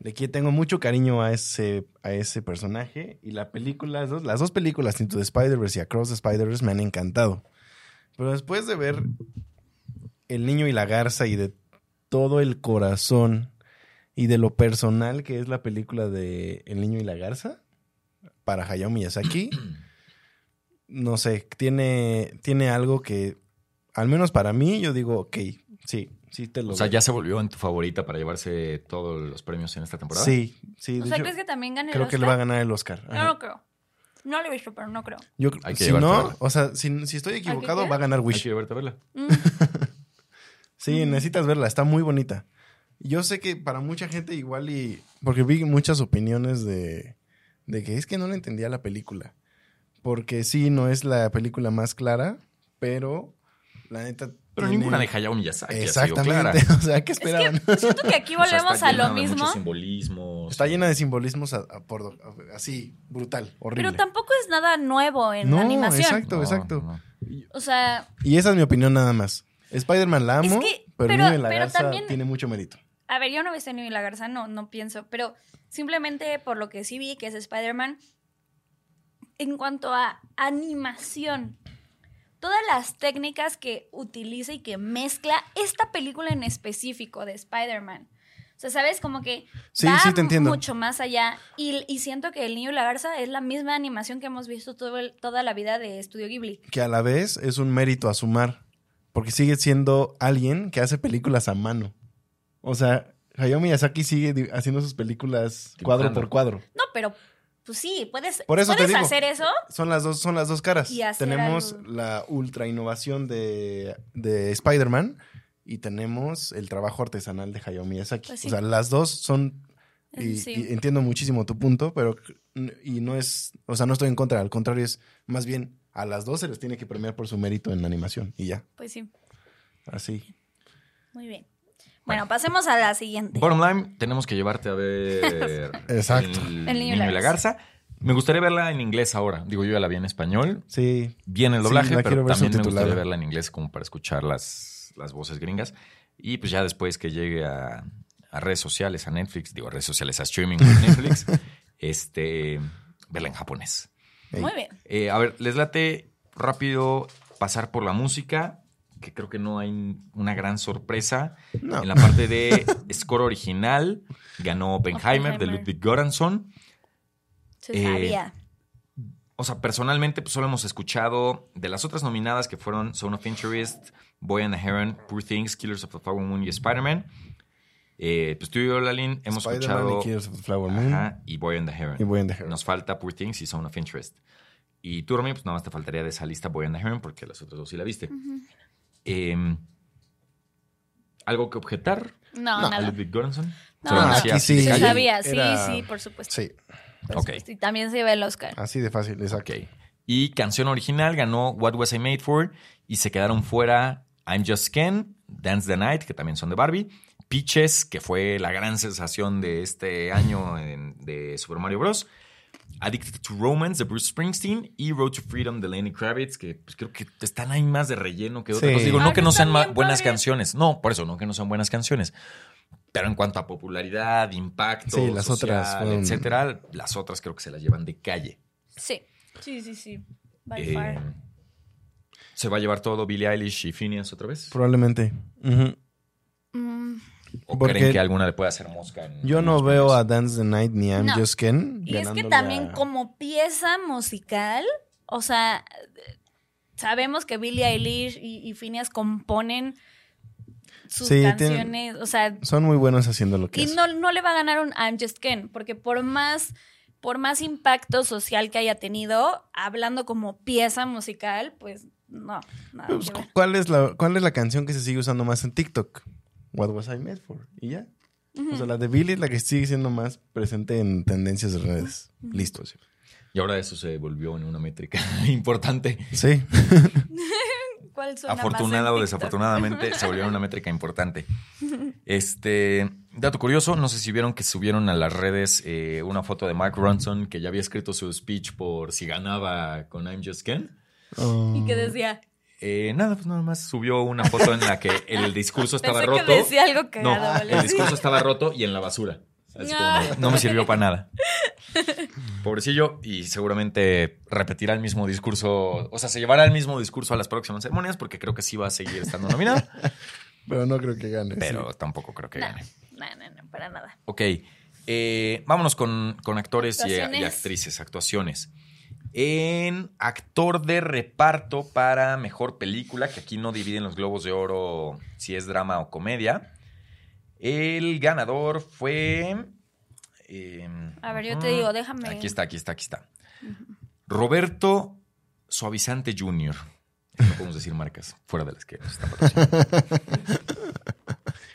Speaker 1: De que tengo mucho cariño a ese, a ese personaje. Y la película, las dos, las dos películas, Into the Spider-Verse y Across the Spider-Verse, me han encantado. Pero después de ver El Niño y la Garza y de todo el corazón y de lo personal que es la película de El Niño y la Garza para Hayao Miyazaki, no sé, tiene, tiene algo que, al menos para mí, yo digo, ok, sí, sí te lo
Speaker 3: O sea,
Speaker 1: doy.
Speaker 3: ya se volvió en tu favorita para llevarse todos los premios en esta temporada.
Speaker 1: Sí, sí,
Speaker 2: O
Speaker 1: de
Speaker 2: sea,
Speaker 1: hecho,
Speaker 2: ¿crees que también gane el
Speaker 1: creo que le
Speaker 2: Oscar?
Speaker 1: va a ganar el Oscar.
Speaker 2: Yo
Speaker 1: Ajá.
Speaker 2: no creo. No lo he visto, pero no creo.
Speaker 1: Yo creo-
Speaker 3: Hay
Speaker 1: si
Speaker 3: que llevarte a
Speaker 1: no,
Speaker 3: verla.
Speaker 1: o sea, si, si estoy equivocado,
Speaker 2: qué?
Speaker 1: va a ganar Wish.
Speaker 3: Hay que llevarte a verla.
Speaker 2: Mm,
Speaker 1: Sí, necesitas verla, está muy bonita. Mm. Yo sé que para mucha gente igual y... Porque vi muchas opiniones de, de que es que no le entendía la película. Porque sí, no es la película más clara, pero la neta...
Speaker 3: Pero
Speaker 1: tiene-
Speaker 3: ninguna de Hayao Miyazaki ha
Speaker 1: Exactamente,
Speaker 3: sido clara.
Speaker 1: o sea, ¿qué
Speaker 2: es
Speaker 1: esperaban?
Speaker 2: que siento que aquí
Speaker 3: O sea, está
Speaker 2: volvemos a
Speaker 3: llena
Speaker 2: lo
Speaker 3: de muchos
Speaker 2: mismo.
Speaker 3: simbolismos.
Speaker 1: Está llena de simbolismos a- a por do- a- así, brutal, horrible.
Speaker 2: Pero tampoco es nada nuevo en
Speaker 1: No,
Speaker 2: animación.
Speaker 1: exacto,
Speaker 3: No,
Speaker 1: exacto.
Speaker 3: no.
Speaker 2: O sea,
Speaker 1: Y esa es mi opinión nada más. Spider-Man la
Speaker 2: Es
Speaker 1: amo,
Speaker 2: que-
Speaker 1: pero,
Speaker 2: pero-
Speaker 1: Nieve la
Speaker 2: pero
Speaker 1: Garza
Speaker 2: también-
Speaker 1: tiene mucho mérito.
Speaker 2: a ver, yo no he visto ni la garza, no, no pienso. Pero simplemente por lo que sí vi, que es Spider-Man, en cuanto a animación, todas las técnicas que utiliza y que mezcla esta película en específico de Spider-Man. O sea, ¿sabes? Como que
Speaker 1: Sí,
Speaker 2: va
Speaker 1: sí, te entiendo.
Speaker 2: mucho más allá. Y, y siento que El Niño y la Garza es la misma animación que hemos visto todo el- toda la vida de Estudio Ghibli.
Speaker 1: que a la vez es un mérito a sumar, porque sigue siendo alguien que hace películas a mano. O sea, Hayao Miyazaki sigue di- haciendo sus películas cuadro
Speaker 3: Dibujando.
Speaker 1: por cuadro.
Speaker 2: No, pero pues sí, puedes,
Speaker 1: Por eso te
Speaker 2: puedes
Speaker 1: digo.
Speaker 2: hacer eso.
Speaker 1: Son las dos, son las dos caras.
Speaker 2: Y hacer
Speaker 1: Tenemos
Speaker 2: algo.
Speaker 1: la ultra innovación de, de Spider-Man y tenemos el trabajo artesanal de Hayao Miyazaki.
Speaker 2: Pues sí.
Speaker 1: O sea, las dos son. Y,
Speaker 2: Sí.
Speaker 1: y eh, entiendo muchísimo tu punto, pero. Y no es. O sea, no estoy en contra. Al contrario, es más bien a las dos se les tiene que premiar por su mérito en animación y ya.
Speaker 2: Pues sí,
Speaker 1: Así.
Speaker 2: muy bien. Bueno, pasemos a la siguiente.
Speaker 3: Bottom line, tenemos que llevarte a ver.
Speaker 1: Exacto.
Speaker 3: El,
Speaker 2: El
Speaker 3: niño y la garza. Me gustaría verla en inglés ahora. Digo, yo ya la vi en español.
Speaker 1: Sí,
Speaker 3: Bien el
Speaker 1: Sí,
Speaker 3: doblaje,
Speaker 1: la
Speaker 3: pero
Speaker 1: quiero ver
Speaker 3: también me
Speaker 1: subtitulada.
Speaker 3: gustaría verla en inglés como para escuchar las, las voces gringas. Y pues ya después que llegue a, a redes sociales, a Netflix, digo, a redes sociales, a streaming con Netflix, este, verla en japonés.
Speaker 1: Ey.
Speaker 2: Muy bien.
Speaker 3: Eh, a ver, les late rápido pasar por la música, que creo que no hay una gran sorpresa.
Speaker 1: No.
Speaker 3: En la parte de score original, ganó Oppenheimer, de
Speaker 2: Oppenheimer.
Speaker 3: Ludwig Göransson.
Speaker 2: Se
Speaker 3: Eh,
Speaker 2: sabía.
Speaker 3: O sea, personalmente, pues solo hemos escuchado de las otras nominadas que fueron Zone of Interest, Boy and the Heron, Poor Things, Killers of the Flower Moon y Spider-Man. Eh, pues tú y yo, Lalin, hemos
Speaker 1: Spider-Man
Speaker 3: escuchado.
Speaker 1: y Killers of the Flower Moon
Speaker 3: Ajá, y Boy and the Heron.
Speaker 1: y Boy and the Heron.
Speaker 3: Nos falta Poor Things y Zone of Interest. Y tú, Romy, pues nada más te faltaría de esa lista Boy and the Heron porque las otras dos sí la viste. Em, ¿Algo que objetar?
Speaker 2: No,
Speaker 1: no,
Speaker 3: ¿A
Speaker 2: nada.
Speaker 3: Ludwig Göransson?
Speaker 2: No,
Speaker 3: Se lo
Speaker 2: no.
Speaker 3: merecía
Speaker 1: Aquí
Speaker 3: así
Speaker 1: sí.
Speaker 3: de
Speaker 2: Se
Speaker 1: Calle.
Speaker 2: sabía, sí,
Speaker 1: Era-
Speaker 2: sí, por supuesto.
Speaker 1: Sí, Ah.
Speaker 2: Por
Speaker 3: Ok.
Speaker 2: supuesto. Y también se iba el Oscar.
Speaker 1: así de fácil, exacto.
Speaker 3: Ok. Y canción original ganó What Was I Made For y se quedaron fuera I'm Just Ken, Dance the Night, que también son de Barbie, Peaches, que fue la gran sensación de este año en- de Super Mario Bros. Addicted to Romance de Bruce Springsteen y Road to Freedom de Lenny Kravitz, que pues, creo que están ahí más de relleno que otra
Speaker 1: Sí.
Speaker 3: cosa. Digo, no
Speaker 2: Ah,
Speaker 3: que
Speaker 2: que
Speaker 3: no sean
Speaker 2: están
Speaker 3: ma-
Speaker 2: bien
Speaker 3: buenas
Speaker 2: padres.
Speaker 3: canciones. No, por eso, no que no sean buenas canciones. Pero en cuanto a popularidad, impacto,
Speaker 1: Sí, las
Speaker 3: social,
Speaker 1: otras fueron-
Speaker 3: etcétera, las otras creo que se las llevan de calle.
Speaker 2: Sí. Sí, sí, sí. By
Speaker 3: Eh,
Speaker 2: far.
Speaker 3: ¿Se va a llevar todo Billie Eilish y Phineas otra vez?
Speaker 1: Probablemente. Ujú.
Speaker 2: Mm,
Speaker 3: ¿O
Speaker 1: Porque-
Speaker 3: creen que alguna le puede hacer mosca? en-
Speaker 1: Yo
Speaker 3: en
Speaker 1: no
Speaker 3: los
Speaker 1: veo a
Speaker 3: premios?
Speaker 1: Dance the Night ni a I'm
Speaker 2: No.
Speaker 1: Just Ken.
Speaker 2: Y es que
Speaker 1: ganándole
Speaker 2: también
Speaker 1: a-
Speaker 2: como pieza musical, o sea, eh, sabemos que Billie Eilish y, y Phineas componen sus
Speaker 1: Sí, tienen-
Speaker 2: canciones, o sea,
Speaker 1: Son muy buenos haciendo lo que
Speaker 2: Y
Speaker 1: hacen.
Speaker 2: no, no le va a ganar un I'm Just Ken, porque por más, por más impacto social que haya tenido, hablando como pieza musical, pues no, nada
Speaker 1: Pues,
Speaker 2: que ver.
Speaker 1: ¿cuál, es la, ¿Cuál es la canción que se sigue usando más en TikTok? What Was I Made For. Y ya. O sea, la de Billy es la que sigue siendo más presente en tendencias de redes. Listo. Sí.
Speaker 3: Y ahora eso se volvió en una métrica importante.
Speaker 1: Sí.
Speaker 2: ¿Cuál suena más en
Speaker 3: Afortunada o
Speaker 2: TikTok?
Speaker 3: desafortunadamente se volvió una métrica importante. Este dato curioso, no sé si vieron que subieron a las redes eh, una foto de Mark Ronson que ya había escrito su speech por si ganaba con I'm Just Ken.
Speaker 1: Oh,
Speaker 2: Y que decía,
Speaker 3: Eh, nada, pues nada más subió una foto en la que el discurso estaba
Speaker 2: pensé
Speaker 3: roto.
Speaker 2: que decía algo
Speaker 3: No,
Speaker 2: cagado.
Speaker 3: el discurso estaba roto y en la basura. Así como,
Speaker 2: Ah.
Speaker 3: no, no me sirvió para nada. Pobrecillo, y seguramente repetirá el mismo discurso, o sea, se llevará el mismo discurso a las próximas ceremonias, porque creo que sí va a seguir estando nominado,
Speaker 1: Pero no creo que gane.
Speaker 3: pero tampoco creo que
Speaker 2: No,
Speaker 3: gane.
Speaker 2: no, no, no, para nada.
Speaker 3: Ok, eh, vámonos con, con actores y, y
Speaker 2: Actuaciones.
Speaker 3: actrices, actuaciones. En actor de reparto para mejor película, que aquí no dividen los globos de oro si es drama o comedia. El ganador fue. em, eh,
Speaker 2: A ver, yo te
Speaker 3: ujú,
Speaker 2: digo, déjame.
Speaker 3: Aquí está, aquí está, aquí está. Roberto Suavizante Jr. No podemos decir marcas fuera de las que nos están patrocinando.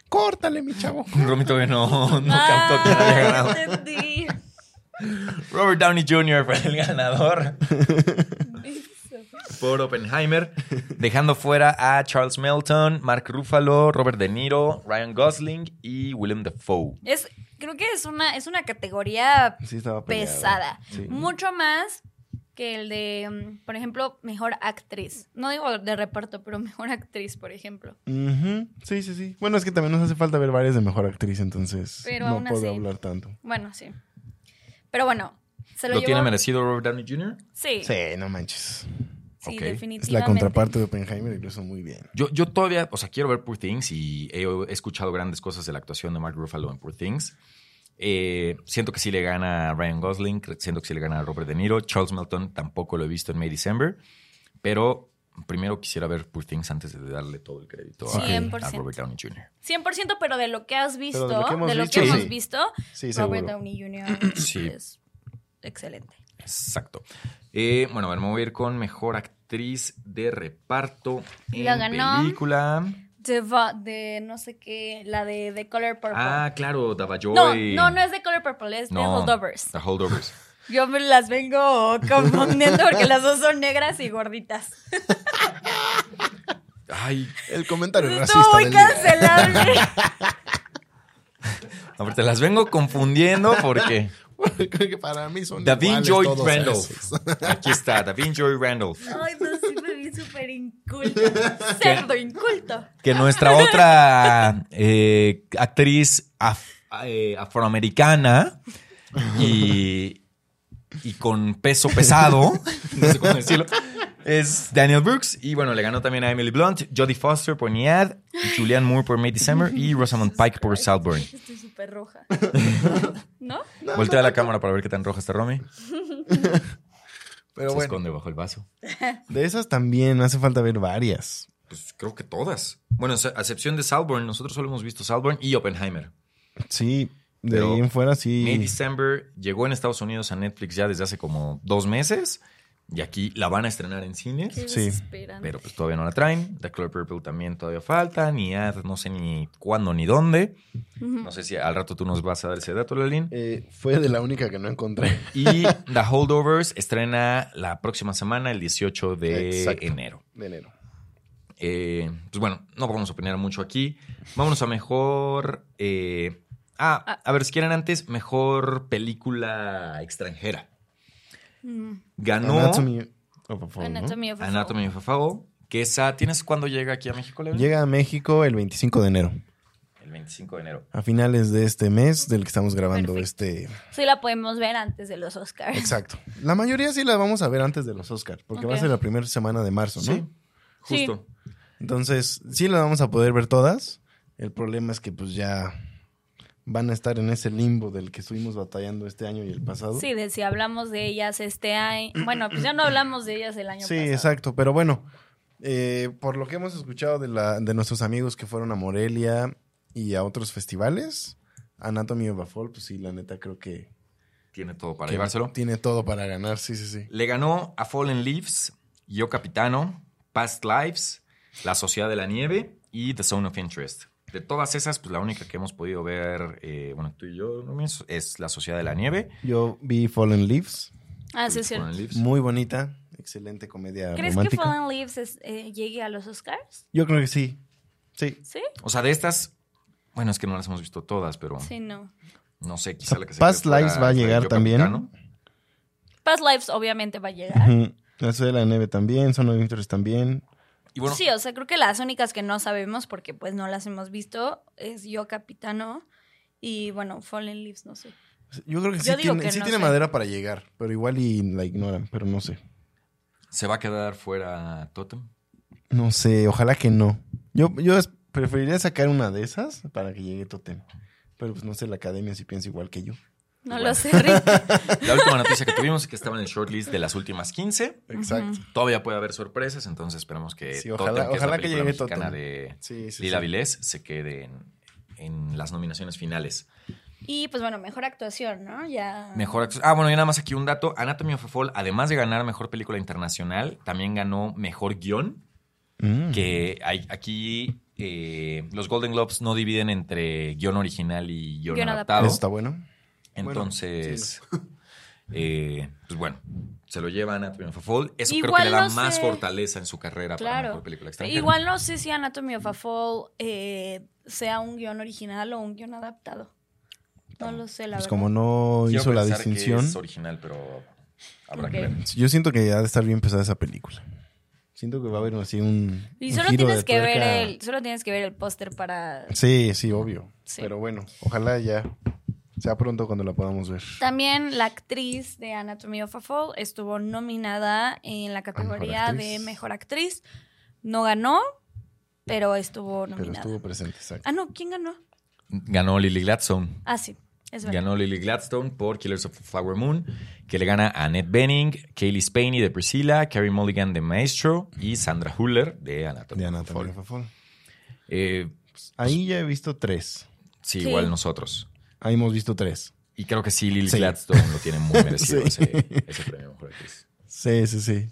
Speaker 1: Córtale, mi chavo.
Speaker 3: Romito que no, no
Speaker 2: Ah,
Speaker 3: captó quién había ganado.
Speaker 2: entendí.
Speaker 3: Robert Downey Jr. fue el ganador por Oppenheimer, dejando fuera a Charles Melton, Mark Ruffalo, Robert De Niro, Ryan Gosling y Willem Dafoe.
Speaker 2: Es, creo que es una, es una categoría
Speaker 1: Sí, estaba peleado.
Speaker 2: pesada.
Speaker 1: Sí.
Speaker 2: Mucho más que el de, mm, por ejemplo, mejor actriz. No digo de reparto, pero mejor actriz, por ejemplo.
Speaker 1: Ujú. Sí, sí, sí. Bueno, es que también nos hace falta ver varias de mejor actriz, entonces
Speaker 2: Pero
Speaker 1: no
Speaker 2: aún
Speaker 1: puedo
Speaker 2: así.
Speaker 1: hablar tanto.
Speaker 2: Bueno, sí. Pero bueno, se lo,
Speaker 3: ¿Lo
Speaker 2: llevó-
Speaker 3: tiene merecido Robert Downey Jr.?
Speaker 2: Sí, sí,
Speaker 1: Sí, no manches.
Speaker 3: ok.
Speaker 2: definitivamente.
Speaker 1: Es la contraparte de Oppenheimer y lo hizo muy bien.
Speaker 3: Yo, yo todavía, o sea, quiero ver Poor Things y he, he escuchado grandes cosas de la actuación de Mark Ruffalo en Poor Things. Eh, siento que sí le gana a Ryan Gosling, cre- siento que sí le gana a Robert De Niro. Charles Melton tampoco lo he visto en May December, pero primero quisiera ver Poor Things antes de darle todo el crédito a- a,
Speaker 2: 100%.
Speaker 3: Robert Downey Jr.
Speaker 2: 100%, pero de lo que has visto, de lo que
Speaker 1: hemos
Speaker 2: hemos
Speaker 1: visto,
Speaker 2: visto,
Speaker 1: sí. Sí,
Speaker 2: Robert
Speaker 1: seguro.
Speaker 2: Downey Jr.
Speaker 3: Sí.
Speaker 2: es excelente.
Speaker 3: Exacto. Eh, bueno, a ver, me voy a ir con mejor actriz de reparto en
Speaker 2: La ganó.
Speaker 3: película.
Speaker 2: De, va- de no sé qué, la de, de Color Purple.
Speaker 3: Ah, claro, Davajoy.
Speaker 2: no, no, no es de Color Purple, es de
Speaker 3: No,
Speaker 2: Holdovers.
Speaker 3: The Holdovers.
Speaker 2: Yo me las vengo confundiendo porque las dos son negras y gorditas.
Speaker 3: Ay,
Speaker 1: El comentario
Speaker 2: Estuvo
Speaker 1: racista
Speaker 2: muy
Speaker 1: del día.
Speaker 2: cancelable.
Speaker 3: Ahorita las vengo confundiendo porque
Speaker 1: Creo que para mí son
Speaker 3: Davin
Speaker 1: iguales
Speaker 3: Joy
Speaker 1: todos
Speaker 3: Randolph.
Speaker 1: esos.
Speaker 3: Aquí está, Davin Joy Randolph.
Speaker 2: Ay, no, sí me vi súper inculto. Cerdo inculto.
Speaker 3: Que nuestra otra eh, actriz af- eh, afroamericana y, y con peso pesado, no sé cómo decirlo, es Daniel Brooks. Y bueno, le ganó también a Emily Blunt, Jodie Foster por Niad, Julianne Moore por May December y Rosamund Pike por Saltburn.
Speaker 2: Estoy súper roja. ¿No?
Speaker 3: Voltea la cámara para ver qué tan roja está Romy.
Speaker 1: Pero
Speaker 3: Se
Speaker 1: bueno,
Speaker 3: esconde bajo el vaso.
Speaker 1: de esas también hace falta ver varias.
Speaker 3: Pues creo que todas. Bueno, a excepción de Salborn, nosotros solo hemos visto Salborn y Oppenheimer.
Speaker 1: Sí, de
Speaker 3: Pero
Speaker 1: ahí en fuera
Speaker 3: May
Speaker 1: sí.
Speaker 3: December llegó en Estados Unidos a Netflix ya desde hace como dos meses y aquí la van a estrenar en cines,
Speaker 2: Qué
Speaker 1: Sí,
Speaker 2: desesperante.
Speaker 3: pero pues todavía no la traen. The Color Purple también todavía falta, ni ad, no sé ni cuándo ni dónde.
Speaker 2: Ujú.
Speaker 3: No sé si al rato tú nos vas a dar ese dato, Lelín.
Speaker 1: Eh, fue de la única que no encontré.
Speaker 3: Y The Holdovers estrena la próxima semana, el 18 de
Speaker 1: Exacto.
Speaker 3: enero.
Speaker 1: De enero.
Speaker 3: Eh, pues bueno, no vamos a opinar mucho aquí. Vámonos a mejor. eh, ah, a ver, si quieren antes, mejor película extranjera.
Speaker 2: Mm.
Speaker 3: Ganó Anatomy,
Speaker 1: Anatomy of a Fall, pues, ¿no?
Speaker 2: Anatomy of a Fall.
Speaker 3: of a Fall, que esa. ¿Tienes cuándo llega aquí a México, León?
Speaker 1: Llega a México el 25 de enero,
Speaker 3: El 25 de enero.
Speaker 1: a finales de este mes del que estamos grabando
Speaker 2: Perfecto.
Speaker 1: este.
Speaker 2: Sí la podemos ver antes de los Oscars.
Speaker 1: Exacto. La mayoría sí la vamos a ver antes de los Oscars, porque va a
Speaker 2: Ok.
Speaker 1: ser la primera semana de marzo, ¿no?
Speaker 3: Sí, justo.
Speaker 1: Entonces, sí las vamos a poder ver todas. El problema es que pues ya van a estar en ese limbo del que estuvimos batallando este año y el pasado.
Speaker 2: Sí, de si hablamos de ellas este año. Bueno, pues ya no hablamos de ellas el año
Speaker 1: Sí,
Speaker 2: pasado.
Speaker 1: exacto. Pero bueno, eh, por lo que hemos escuchado de, la, de nuestros amigos que fueron a Morelia y a otros festivales, Anatomy of a Fall, pues sí, la neta creo que...
Speaker 3: Tiene todo para
Speaker 1: que
Speaker 3: llevárselo.
Speaker 1: Tiene todo para ganar, sí, sí, sí.
Speaker 3: Le ganó a Fallen Leaves, Yo Capitano, Past Lives, La Sociedad de la Nieve y The Zone of Interest. De todas esas, pues la única que hemos podido ver, eh, bueno, tú y yo, ¿no? es- es La Sociedad de la Nieve.
Speaker 1: Yo vi Fallen Leaves,
Speaker 2: Ah, sí, es
Speaker 3: Fallen
Speaker 2: cierto.
Speaker 3: Leaves.
Speaker 1: muy bonita, excelente comedia
Speaker 2: ¿Crees que
Speaker 1: romántica.
Speaker 2: Fallen Leaves es- eh, llegue a los Oscars?
Speaker 1: Yo creo que sí, sí.
Speaker 2: ¿Sí?
Speaker 3: O sea, de estas, bueno, es que no las hemos visto todas, pero
Speaker 2: Sí, no.
Speaker 3: no sé, quizá la que se
Speaker 1: Past
Speaker 3: quede fuera
Speaker 1: Lives va a
Speaker 3: fue
Speaker 1: llegar
Speaker 3: Yo
Speaker 1: también.
Speaker 3: Capitano.
Speaker 2: Past Lives obviamente va a llegar.
Speaker 1: Ujú. La ciudad de la nieve también, Son of Interest también.
Speaker 3: Y bueno,
Speaker 2: Sí, o sea, creo que las únicas que no sabemos, porque pues no las hemos visto, es Yo Capitano y bueno, Fallen Leaves, no sé.
Speaker 1: Yo creo que sí
Speaker 2: Yo digo
Speaker 1: tiene,
Speaker 2: que
Speaker 1: sí
Speaker 2: no
Speaker 1: tiene
Speaker 2: sé.
Speaker 1: madera para llegar, pero igual y la ignoran, pero no sé.
Speaker 3: se va a quedar fuera Totem.
Speaker 1: No sé, ojalá que no. Yo, yo es- preferiría sacar una de esas para que llegue Totem. Pero pues no sé la academia si piensa igual que yo.
Speaker 2: No
Speaker 3: Bueno.
Speaker 2: lo sé, Rick.
Speaker 3: La última noticia que tuvimos es que estaba en el shortlist de las últimas 15.
Speaker 1: Exacto.
Speaker 3: Todavía puede haber sorpresas, entonces esperamos que
Speaker 1: Sí,
Speaker 3: Totem,
Speaker 1: ojalá-
Speaker 3: que es la
Speaker 1: ojalá que
Speaker 3: película
Speaker 1: llegue
Speaker 3: mexicana
Speaker 1: Totem.
Speaker 3: de
Speaker 1: Sí, sí.
Speaker 3: Lila
Speaker 1: sí.
Speaker 3: Vilés, se quede en, en las nominaciones finales.
Speaker 2: Y pues bueno, mejor actuación, ¿no? Ya.
Speaker 3: Mejor actriz. Ah, bueno, y nada más aquí un dato. Anatomy of a Fall, además de ganar mejor película internacional, también ganó mejor guión.
Speaker 1: Mm.
Speaker 3: Que hay, aquí eh, los Golden Globes no dividen entre guión original y guión,
Speaker 2: Guión
Speaker 3: adaptado.
Speaker 1: Eso está bueno. Pues,
Speaker 3: Entonces, eh, pues bueno, se lo lleva Anatomy of a Fall. Eso creo
Speaker 2: Igual
Speaker 3: que le da
Speaker 2: no sé.
Speaker 3: más fortaleza en su carrera para
Speaker 2: Claro.
Speaker 3: mejor película extranjera.
Speaker 2: Igual no sé si Anatomy of a Fall eh, sea un guión original o un guión adaptado. No lo sé, la
Speaker 1: Pues
Speaker 2: verdad.
Speaker 1: como no
Speaker 3: Quiero
Speaker 1: hizo la
Speaker 3: pensar que
Speaker 1: distinción.
Speaker 3: es original, pero habrá
Speaker 2: Ok.
Speaker 3: que ver.
Speaker 1: Yo siento que ya de estar bien pesada esa película. Siento que va a haber así un.
Speaker 2: Y
Speaker 1: un
Speaker 2: solo
Speaker 1: giro
Speaker 2: tienes
Speaker 1: de
Speaker 2: que ver
Speaker 1: tuerca.
Speaker 2: el, solo tienes que ver el póster para.
Speaker 1: Sí, sí, obvio.
Speaker 2: Sí.
Speaker 1: Pero bueno, ojalá ya sea pronto cuando la podamos ver.
Speaker 2: También la actriz de Anatomy of a Fall estuvo nominada en la categoría de
Speaker 1: actriz.
Speaker 2: mejor actriz. No ganó, pero estuvo
Speaker 1: Pero
Speaker 2: nominada.
Speaker 1: estuvo presente, exacto.
Speaker 2: Ah, no, ¿quién ganó?
Speaker 3: Ganó Lily Gladstone.
Speaker 2: Ah, sí, es verdad.
Speaker 3: Ganó Lily Gladstone por Killers of the Flower Moon, que le gana a Annette Bening, Kaylee Spaney de Priscilla, Carrie Mulligan de Maestro y Sandra Huller de Anatomy.
Speaker 1: De
Speaker 3: of a
Speaker 1: Anatomy
Speaker 3: Fall.
Speaker 1: of a Fall.
Speaker 3: Eh,
Speaker 1: Ahí ya he visto tres.
Speaker 3: sí,
Speaker 2: Sí.
Speaker 3: igual nosotros.
Speaker 1: Ahí hemos visto tres.
Speaker 3: Y creo que sí, Lily
Speaker 1: Sí.
Speaker 3: Gladstone lo tiene muy merecido
Speaker 1: Sí.
Speaker 3: ese, ese premio mejor actriz.
Speaker 1: Sí, sí, sí.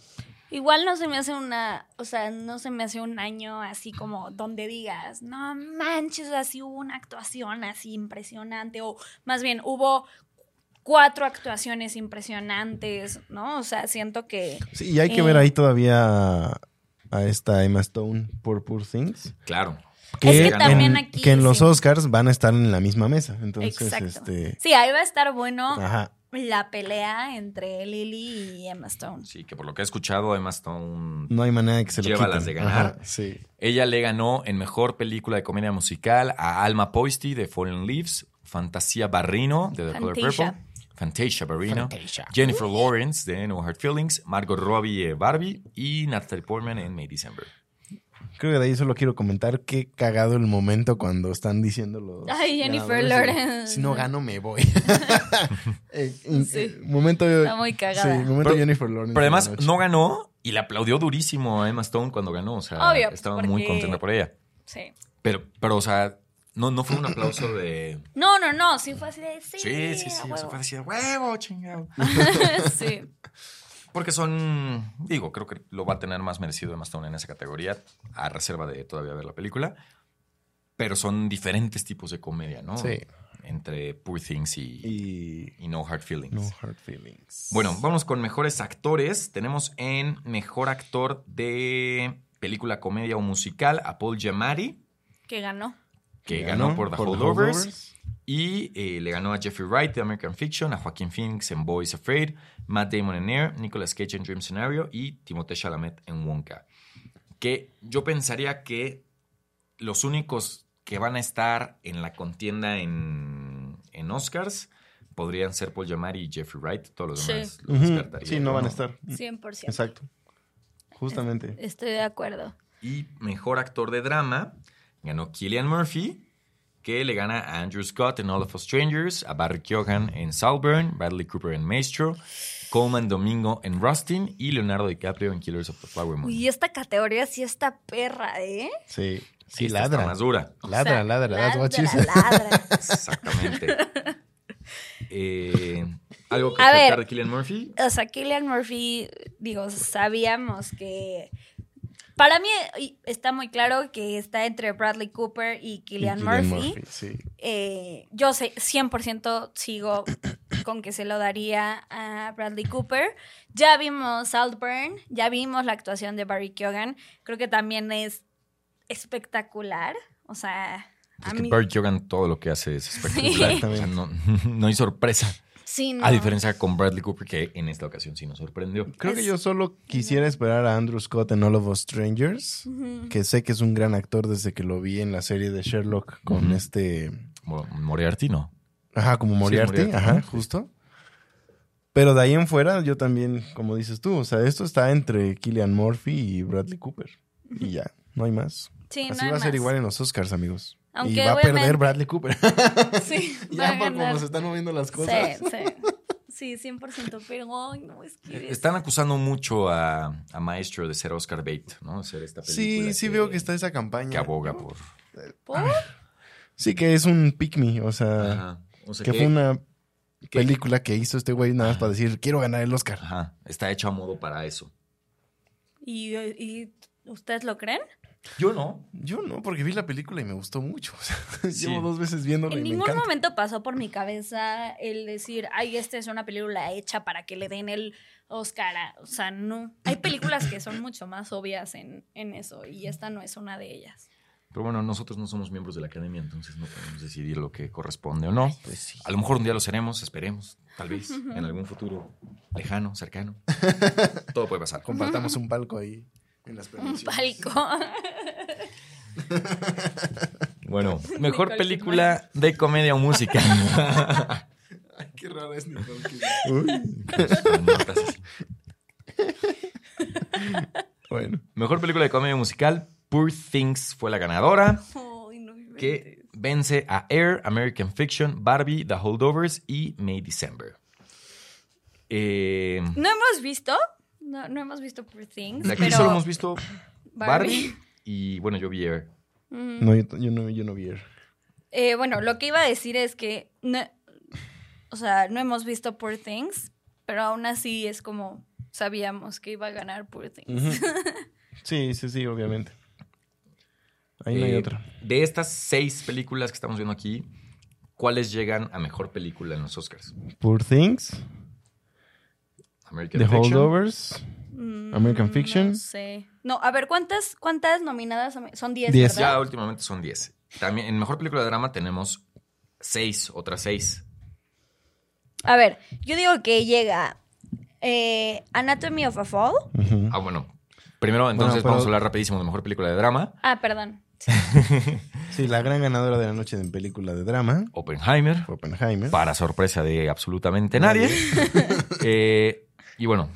Speaker 2: Igual no se me hace una, o sea, no se me hace un año así como donde digas, no manches, así hubo una actuación así impresionante, o más bien hubo cuatro actuaciones impresionantes, ¿no? O sea, siento que...
Speaker 1: Sí, y hay que
Speaker 2: Eh.
Speaker 1: ver ahí todavía a esta Emma Stone por Poor Things.
Speaker 3: Claro.
Speaker 2: que
Speaker 1: en-
Speaker 2: también aquí,
Speaker 1: que en los
Speaker 2: sí.
Speaker 1: Oscars van a estar en la misma mesa. Entonces,
Speaker 2: Exacto. Ah.
Speaker 1: este.
Speaker 2: Sí, ahí va a estar bueno
Speaker 1: Ajá.
Speaker 2: la pelea entre Lily y Emma Stone.
Speaker 3: Sí, que por lo que he escuchado, Emma Stone
Speaker 1: No hay manera de que se lo
Speaker 3: Lleva
Speaker 1: quiten.
Speaker 3: las de ganar.
Speaker 1: Ajá, sí.
Speaker 3: Ella le ganó en mejor película de comedia musical a Alma Poisty de Fallen Leaves, Fantasía Barrino de The Color
Speaker 2: Fantasia.
Speaker 3: Purple, Fantasia Barrino, Jennifer Lawrence de No Hard Feelings, Margot Robbie de Barbie y Natalie Portman en May December.
Speaker 1: Creo que de ahí solo quiero comentar que he cagado el momento cuando están diciendo los.
Speaker 2: Ay,
Speaker 1: ganadores
Speaker 2: Jennifer
Speaker 1: de,
Speaker 2: Lawrence.
Speaker 1: Si no gano, me voy. Eh, in-
Speaker 2: Sí.
Speaker 1: eh, Momento.
Speaker 2: Está muy cagada.
Speaker 1: Sí, momento
Speaker 3: Pero-
Speaker 1: Jennifer Lawrence.
Speaker 3: Pero además
Speaker 1: de la noche.
Speaker 3: no ganó y la aplaudió durísimo a Emma Stone cuando ganó. O sea,
Speaker 2: Obvio, pues,
Speaker 3: estaba
Speaker 2: porque-
Speaker 3: muy contenta por ella.
Speaker 2: Sí.
Speaker 3: Pero, pero, o sea, no, no fue un aplauso de.
Speaker 2: No, no, no, sí fue así de... Sí,
Speaker 3: Sí, sí,
Speaker 2: a
Speaker 3: sí. O sea,
Speaker 2: huevo".
Speaker 3: fue decir, huevo, chingado.
Speaker 2: sí.
Speaker 3: Porque son, digo, creo que lo va a tener más merecido Emma Stone en esa categoría, a reserva de todavía ver la película. Pero son diferentes tipos de comedia, ¿no?
Speaker 1: Sí.
Speaker 3: Entre Poor Things y,
Speaker 1: Y.
Speaker 3: y No Hard Feelings.
Speaker 1: No hard feelings.
Speaker 3: Bueno, vamos con mejores actores. Tenemos en mejor actor de película, comedia o musical a Paul Giamatti,
Speaker 2: Que ganó.
Speaker 3: que ganó, por The Holdovers. Y eh, le ganó a Jeffrey Wright de American Fiction, a Joaquin Phoenix en Boys Afraid, Matt Damon en Air, Nicolas Cage en Dream Scenario y Timothée Chalamet en Wonka. Que yo pensaría que los únicos que van a estar en la contienda en, en Oscars podrían ser Paul Giamatti y Jeffrey Wright. Todos los
Speaker 2: Sí.
Speaker 3: demás los
Speaker 1: Ujú.
Speaker 3: descartaría,
Speaker 1: Sí, no van a estar.
Speaker 2: 100%.
Speaker 1: Mm, Exacto. Justamente.
Speaker 2: Estoy de acuerdo.
Speaker 3: Y mejor actor de drama ganó Killian Murphy, que le gana a Andrew Scott en All of Us Strangers, a Barry Keoghan en Salburn, Bradley Cooper en Maestro, Coleman Domingo en Rustin y Leonardo DiCaprio en Killers of the Flower
Speaker 1: Mm.
Speaker 3: Moon.
Speaker 2: Uy, esta categoría sí está perra, ¿eh?
Speaker 1: Sí.
Speaker 3: Sí,
Speaker 1: Sí,
Speaker 3: esta está
Speaker 1: ladra.
Speaker 3: más dura.
Speaker 1: Ladra,
Speaker 2: O sea,
Speaker 1: ladra, that's what she said.
Speaker 2: ladra.
Speaker 3: Exactamente. Eh, ¿Algo que
Speaker 2: A
Speaker 3: comentar
Speaker 2: ver.
Speaker 3: de Killian Murphy?
Speaker 2: O sea, Killian Murphy, digo, sabíamos que... Para mí y está muy claro que está entre Bradley Cooper y Killian,
Speaker 1: Cillian
Speaker 2: Murphy.
Speaker 1: sí.
Speaker 2: Eh, yo sé, 100% sigo con que se lo daría a Bradley Cooper. Ya vimos Saltburn, ya vimos la actuación de Barry Keoghan. Creo que también es espectacular. O sea, a
Speaker 3: Es que
Speaker 2: mí...
Speaker 3: Barry Keoghan todo lo que hace es espectacular.
Speaker 1: Sí.
Speaker 3: O sea, no, no hay sorpresa.
Speaker 2: Sí, no.
Speaker 3: A diferencia con Bradley Cooper, que en esta ocasión sí nos sorprendió.
Speaker 1: Creo que
Speaker 2: Es-
Speaker 1: yo solo quisiera esperar a Andrew Scott en All of Us Strangers,
Speaker 2: Ujú.
Speaker 1: que sé que es un gran actor desde que lo vi en la serie de Sherlock con
Speaker 3: Ujú.
Speaker 1: este.
Speaker 3: Mo- Moriarty no.
Speaker 1: Ajá, como Moriarty.
Speaker 3: Moriarty,
Speaker 1: Ajá,
Speaker 3: ¿no?
Speaker 1: justo. Pero de ahí en fuera, yo también, como dices tú, o sea, esto está entre Killian Murphy y Bradley Cooper. Y ya, no hay más.
Speaker 2: Sí, no
Speaker 1: Así
Speaker 2: hay
Speaker 1: va a ser
Speaker 2: más.
Speaker 1: igual en los Oscars, amigos. y
Speaker 2: Aunque
Speaker 1: va a perder
Speaker 2: obviamente-
Speaker 1: Bradley Cooper.
Speaker 2: Sí, va
Speaker 1: ya
Speaker 2: a
Speaker 1: por cómo
Speaker 2: ganar.
Speaker 1: se están moviendo las cosas.
Speaker 2: Sí, sí. Sí, 100%, pero ay, no, es
Speaker 1: Eh,
Speaker 2: que...
Speaker 3: Están acusando mucho a, a Maestro de ser Oscar Bate, ¿no? De ser esta película.
Speaker 1: Sí, sí veo que está esa campaña.
Speaker 3: Que aboga por.
Speaker 2: ¿Por?
Speaker 1: Sí, que es un pick me, o sea,
Speaker 3: Ajá. O sea,
Speaker 1: Ah, que
Speaker 3: que-
Speaker 1: fue una
Speaker 3: que-
Speaker 1: película que hizo este güey nada más para decir, quiero ganar el Oscar.
Speaker 3: Ajá, está hecho a modo para eso.
Speaker 2: ¿Y, y ustedes lo creen?
Speaker 3: Yo no.
Speaker 1: Yo no, porque vi la película y me gustó mucho. O sea,
Speaker 3: Sí.
Speaker 1: Llevo dos veces viéndola
Speaker 2: En
Speaker 1: y me
Speaker 2: ningún
Speaker 1: encanta.
Speaker 2: momento pasó por mi cabeza el decir, ay, esta es una película hecha para que le den el Oscar. a-". O sea, no. Hay películas que son mucho más obvias en, en eso y esta no es una de ellas.
Speaker 3: Pero bueno, nosotros no somos miembros de la academia, entonces no podemos decidir lo que corresponde o no.
Speaker 1: Pues
Speaker 3: A lo mejor un día lo seremos, esperemos, tal vez, en algún futuro lejano, cercano. Todo puede pasar.
Speaker 1: Compartamos un palco ahí en las
Speaker 2: Un
Speaker 1: premiaciones.
Speaker 2: palco.
Speaker 3: Bueno, mejor
Speaker 2: Nicole
Speaker 3: película de comedia o música.
Speaker 1: Ay, qué rara es Nicole Kidman. Bueno.
Speaker 3: Mejor película de comedia musical, Poor Things fue la ganadora,
Speaker 2: Ay, no me
Speaker 3: que
Speaker 2: inventes.
Speaker 3: vence a Air, American Fiction, Barbie, The Holdovers y May December. Eh,
Speaker 2: ¿No hemos visto? No, no hemos visto Poor Things.
Speaker 3: de aquí
Speaker 2: pero
Speaker 3: solo hemos visto Barbie.
Speaker 2: Barbie.
Speaker 3: y bueno, yo vi Air.
Speaker 2: Ujú.
Speaker 1: No, yo, t- yo no, yo no vi Air.
Speaker 2: Eh, bueno, lo que iba a decir es que, no, o sea, no hemos visto Poor Things, pero aún así es como sabíamos que iba a ganar Poor Things.
Speaker 1: Sí, sí, sí, obviamente. Ahí no hay
Speaker 3: Eh,
Speaker 1: otra.
Speaker 3: De estas seis películas que estamos viendo aquí, ¿cuáles llegan a mejor película en los Oscars?
Speaker 1: Poor Things,
Speaker 3: American
Speaker 1: The
Speaker 3: Fiction.
Speaker 1: Holdovers.
Speaker 2: Mm,
Speaker 1: American Fiction.
Speaker 2: No sé. No, a ver, ¿cuántas, cuántas nominadas? son? Son 10,
Speaker 1: Diez.
Speaker 3: Ya
Speaker 2: ¿verdad?
Speaker 3: últimamente son 10. También en mejor película de drama tenemos seis, otras seis.
Speaker 2: A ver, yo digo que llega eh, Anatomy of a Fall.
Speaker 1: Ujú.
Speaker 3: Ah, bueno. Primero, entonces
Speaker 1: pero-
Speaker 3: vamos a hablar rapidísimo de mejor película de drama.
Speaker 2: Ah, perdón.
Speaker 1: Sí, la gran ganadora de la noche en película de drama,
Speaker 3: Oppenheimer,
Speaker 1: fue
Speaker 2: ¿Eh?
Speaker 1: Oppenheimer.
Speaker 3: para sorpresa de absolutamente nadie. Eh, y bueno,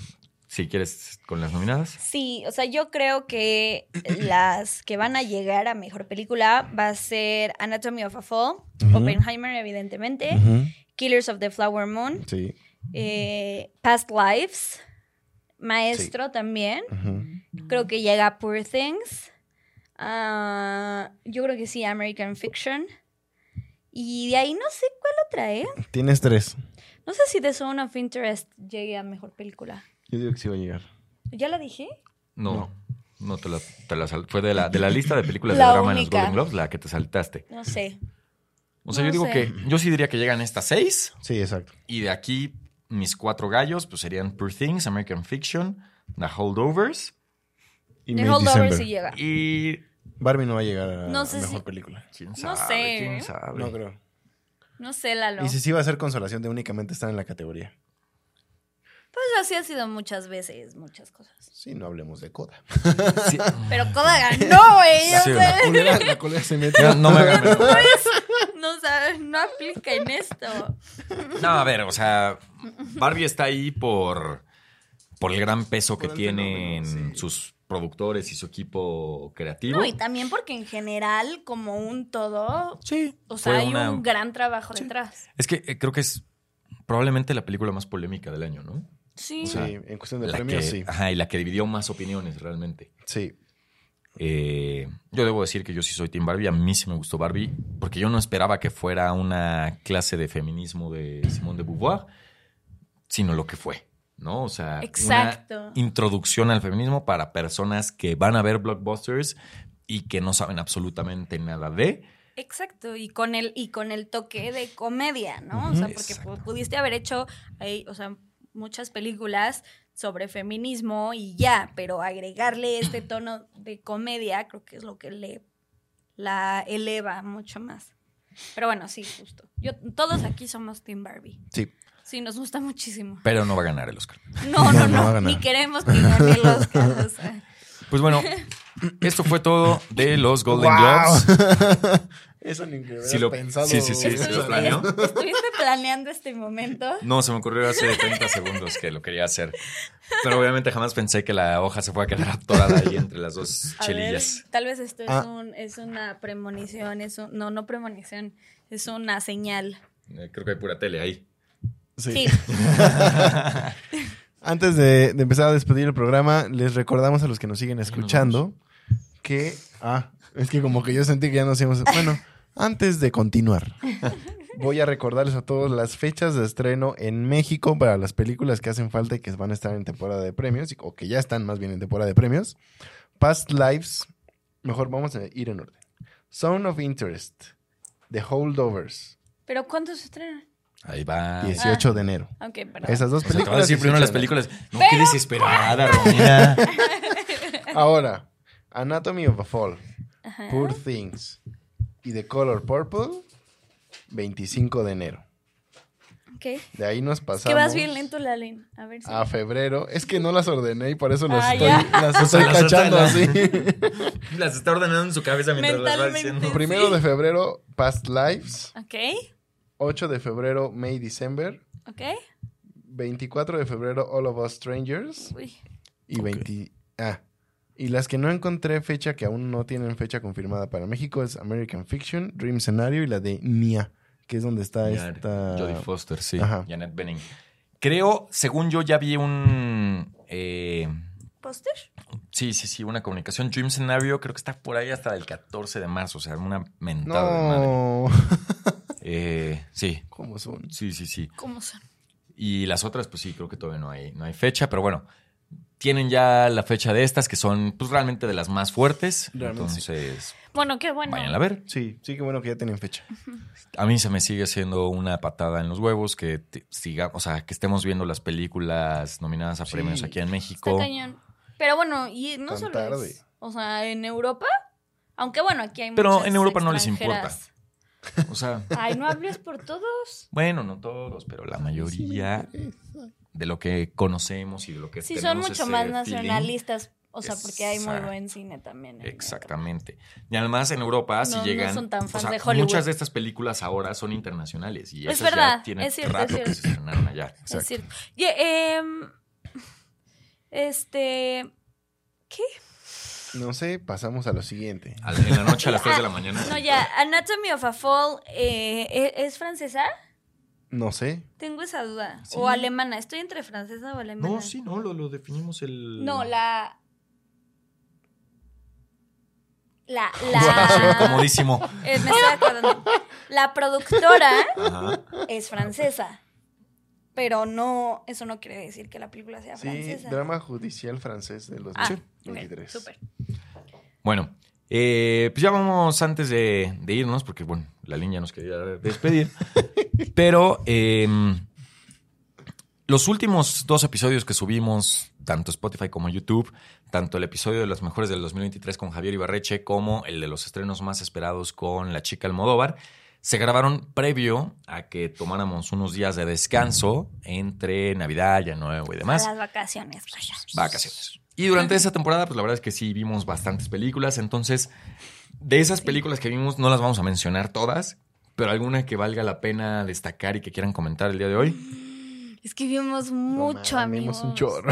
Speaker 3: si quieres con las nominadas.
Speaker 2: Sí, o sea, yo creo que las que van a llegar a mejor película va a ser Anatomy of a Fall,
Speaker 1: Ujú.
Speaker 2: Oppenheimer, evidentemente,
Speaker 1: Ujú,
Speaker 2: Killers of the Flower Moon,
Speaker 1: Sí.
Speaker 2: eh, Past Lives, Maestro también.
Speaker 1: ujú.
Speaker 2: Creo que llega Poor Things. Ah, yo creo que sí, American Fiction. Y de ahí no sé cuál otra, ¿eh?
Speaker 1: Tienes tres.
Speaker 2: No sé si The Zone of Interest llegue a mejor película.
Speaker 1: Yo digo que sí va a llegar.
Speaker 2: ¿Ya la dije?
Speaker 3: No, no te la, te la sal- Fue de la, de la lista de películas
Speaker 2: La
Speaker 3: de drama en los
Speaker 2: única.
Speaker 3: Golden Globes, la que te saltaste.
Speaker 2: No sé.
Speaker 3: O sea,
Speaker 2: No
Speaker 3: yo digo
Speaker 2: sé.
Speaker 3: que yo sí diría que llegan estas seis.
Speaker 1: Sí, exacto.
Speaker 3: Y de aquí, mis cuatro gallos, pues serían Poor Things, American Fiction, The Holdovers
Speaker 1: Y
Speaker 2: The
Speaker 1: May
Speaker 2: Holdover
Speaker 1: December.
Speaker 2: sí llega.
Speaker 3: y...
Speaker 1: Barbie no va a llegar a
Speaker 2: No sé
Speaker 1: mejor
Speaker 2: si-
Speaker 1: película.
Speaker 3: ¿Quién
Speaker 2: No
Speaker 3: sabe?
Speaker 2: sé.
Speaker 3: ¿Quién sabe?
Speaker 1: No creo.
Speaker 2: No sé, Lalo.
Speaker 1: Y si sí va a ser consolación de únicamente estar en la categoría.
Speaker 2: Pues así ha sido muchas veces, muchas cosas.
Speaker 1: Sí, no hablemos de coda.
Speaker 3: Sí.
Speaker 2: Pero Coda ganó, güey.
Speaker 3: Sí,
Speaker 2: o sea,
Speaker 1: Culera, la cola se mete.
Speaker 3: No, no me hagan ver.
Speaker 2: no, sabes, no aplica en esto.
Speaker 3: No, a ver, o sea, Barbie está ahí por, por el gran peso que
Speaker 1: Por el
Speaker 3: tienen
Speaker 1: fenómeno, sí.
Speaker 3: sus productores y su equipo creativo.
Speaker 2: No, y también porque en general, como un todo,
Speaker 3: sí.
Speaker 2: o sea,
Speaker 3: fue
Speaker 2: hay
Speaker 3: una-
Speaker 2: un gran trabajo detrás.
Speaker 3: Es que eh, creo que es probablemente la película más polémica del año, ¿no?
Speaker 2: Sí.
Speaker 1: Sí, en cuestión de
Speaker 3: La
Speaker 1: premios,
Speaker 3: que-
Speaker 1: sí.
Speaker 3: Ajá, y la que dividió más opiniones realmente.
Speaker 1: Sí.
Speaker 3: Eh, yo debo decir que yo sí soy Team Barbie. A mí sí me gustó Barbie, porque yo no esperaba que fuera una clase de feminismo de Simone de Beauvoir, sino lo que fue, ¿no? O sea,
Speaker 2: Exacto.
Speaker 3: una introducción al feminismo para personas que van a ver blockbusters y que no saben absolutamente nada de.
Speaker 2: Exacto, y con el, y con el toque de comedia, ¿no? O sea, porque
Speaker 3: Exacto.
Speaker 2: pu- pudiste haber hecho ahí, o sea, muchas películas sobre feminismo y ya, pero agregarle este tono de comedia creo que es lo que le la eleva mucho más. Pero bueno, sí, justo. Yo, todos aquí somos Team Barbie.
Speaker 1: Sí.
Speaker 2: Sí, nos gusta muchísimo.
Speaker 3: Pero no va a ganar el Oscar.
Speaker 1: No,
Speaker 2: No, no, no,
Speaker 1: no va a ganar.
Speaker 2: ni queremos que gane los Oscar. o sea.
Speaker 3: Pues bueno, esto fue todo de los Golden
Speaker 1: Wow.
Speaker 3: Globes.
Speaker 1: Eso ni que hubiera
Speaker 3: Sí lo-
Speaker 1: pensado.
Speaker 3: sí, sí, sí,
Speaker 1: o sea,
Speaker 3: se lo planeó.
Speaker 2: ¿Estuviste planeando este momento?
Speaker 3: No, se me ocurrió hace 30 segundos que lo quería hacer. Pero obviamente jamás pensé que la hoja se fuera a quedar atorada ahí entre las dos
Speaker 2: A
Speaker 3: chelillas.
Speaker 2: ver, tal vez esto es,
Speaker 1: Ah.
Speaker 2: un, es una premonición, es un, no, no premonición, es una señal.
Speaker 3: Eh, Creo que hay pura tele ahí.
Speaker 1: sí.
Speaker 2: Sí,
Speaker 1: Antes de, de empezar a despedir el programa, les recordamos a los que nos siguen escuchando que. Ah, es que como que yo sentí que ya nos íbamos. Bueno, antes de continuar, voy a recordarles a todos las fechas de estreno en México para las películas que hacen falta y que van a estar en temporada de premios, y- o que ya están más bien en temporada de premios. Past Lives, mejor vamos a ir en orden. Zone of Interest, The Holdovers,
Speaker 2: ¿Pero cuántos se estrenan?
Speaker 3: Ahí va.
Speaker 1: 18 de enero.
Speaker 2: Ok, perdón.
Speaker 1: Esas dos
Speaker 3: O sea, te van
Speaker 1: películas.
Speaker 3: a Pues decir primero
Speaker 1: 18
Speaker 3: las
Speaker 1: de enero.
Speaker 3: películas. No, qué desesperada, Romina.
Speaker 1: Ahora, Anatomy of a Fall,
Speaker 2: Ajá.
Speaker 1: Poor Things y The Color Purple, 25 de enero.
Speaker 2: Ok. Es
Speaker 1: De ahí nos pasamos. Ah.
Speaker 2: que vas bien lento, Lalín. A ver si.
Speaker 1: A febrero. Es que no las ordené y por eso las
Speaker 2: Ah,
Speaker 1: estoy,
Speaker 2: ya.
Speaker 1: las
Speaker 3: O sea,
Speaker 1: estoy
Speaker 3: las
Speaker 1: cachando así.
Speaker 3: Las está ordenando en su cabeza mientras las va
Speaker 2: Mentalmente.
Speaker 3: diciendo.
Speaker 1: Primero de febrero, Past Lives.
Speaker 2: Ok,
Speaker 1: 8 de febrero, May December.
Speaker 2: ok.
Speaker 1: 24 de febrero, All of Us Strangers.
Speaker 2: Uy.
Speaker 1: Y 20 ah, y las que no encontré fecha, que aún no tienen fecha confirmada para México, es American Fiction, Dream Scenario y la de Nia, que es donde está
Speaker 3: Jodie
Speaker 1: esta...
Speaker 3: Foster, sí.
Speaker 1: Ajá.
Speaker 3: Janet Benning. Creo, según yo, ya vi un. eh,
Speaker 2: ¿Póster?
Speaker 3: sí, sí, sí, una comunicación. Dream Scenario, creo que está por ahí hasta el 14 de marzo. O sea, una mentada de madre.
Speaker 1: No,
Speaker 3: Eh, sí,
Speaker 1: ¿cómo son?
Speaker 3: sí, sí, sí.
Speaker 2: ¿Cómo son?
Speaker 3: Y las otras, pues sí, creo que todavía no hay, no hay fecha, pero bueno, tienen ya la fecha de estas, que son pues realmente de las más fuertes.
Speaker 1: Realmente sí.
Speaker 3: entonces,
Speaker 2: Bueno, qué bueno.
Speaker 3: vayan a ver.
Speaker 1: Sí, sí que bueno que ya tienen fecha.
Speaker 3: A mí se me sigue haciendo una patada en los huevos que te- siga, o sea, que estemos viendo las películas nominadas a
Speaker 1: Sí.
Speaker 3: premios aquí en México.
Speaker 2: Está cañón. Pero bueno, y no
Speaker 1: Tan
Speaker 2: solo
Speaker 1: tarde.
Speaker 2: es- O sea, en Europa. Aunque bueno, aquí hay
Speaker 3: Pero
Speaker 2: muchas
Speaker 3: en Europa no les
Speaker 2: extranjeras.
Speaker 3: O sea,
Speaker 2: Ay, no hables por todos.
Speaker 3: bueno, no todos, pero la mayoría de lo que conocemos y de lo que
Speaker 2: Sí, son
Speaker 3: tenemos
Speaker 2: mucho
Speaker 3: ese
Speaker 2: más
Speaker 3: feeling.
Speaker 2: nacionalistas. O sea, porque hay muy
Speaker 3: Exacto.
Speaker 2: buen cine también. en Europa.
Speaker 3: Exactamente. Y además en Europa si
Speaker 2: No, no
Speaker 3: llegan.
Speaker 2: son tan fans
Speaker 3: o sea,
Speaker 2: de Hollywood.
Speaker 3: Muchas de estas películas ahora son internacionales y
Speaker 2: Es
Speaker 3: esas
Speaker 2: verdad,
Speaker 3: ya tienen
Speaker 2: es cierto,
Speaker 3: rato
Speaker 2: es cierto.
Speaker 3: que se estrenaron allá.
Speaker 2: Es cierto. Y, em, este. ¿Qué?
Speaker 1: No sé, pasamos a lo siguiente.
Speaker 3: Al- En la noche a las 3 de la mañana.
Speaker 2: Ah, No, ya. Anatomy of a Fall eh, ¿e- ¿es francesa?
Speaker 1: No sé.
Speaker 2: Tengo esa duda.
Speaker 3: Sí.
Speaker 2: O alemana. Estoy entre francesa o alemana.
Speaker 3: No, sí, no, lo, lo definimos el.
Speaker 2: No, la. La.
Speaker 3: Soy
Speaker 2: la
Speaker 3: incomodísimo.
Speaker 2: Eh, me estoy acordando. La productora
Speaker 3: Ajá.
Speaker 2: es francesa. Pero no. Eso no quiere decir que la película sea
Speaker 1: Sí,
Speaker 2: francesa.
Speaker 1: drama judicial francés de los
Speaker 3: Pues
Speaker 2: Ah, ok,
Speaker 1: 23.
Speaker 2: súper.
Speaker 3: Bueno, eh, pues ya vamos antes de, de irnos, porque bueno, la línea nos quería despedir. Pero eh, los últimos dos episodios que subimos, tanto Spotify como YouTube, tanto el episodio de los mejores del 2023 con Javier Ibarreche, como el de los estrenos más esperados con la chica Almodóvar, se grabaron previo a que tomáramos unos días de descanso entre Navidad, Año Nuevo y demás
Speaker 2: A las vacaciones. pues vaya.
Speaker 3: vacaciones. Y durante esa temporada, pues la verdad es que sí vimos bastantes películas. Entonces, de esas películas que vimos, no las vamos a mencionar todas, pero alguna que valga la pena destacar y que quieran comentar el día de hoy.
Speaker 2: Es que vimos
Speaker 1: No
Speaker 2: mucho,
Speaker 1: mames,
Speaker 2: amigos.
Speaker 1: un chorro.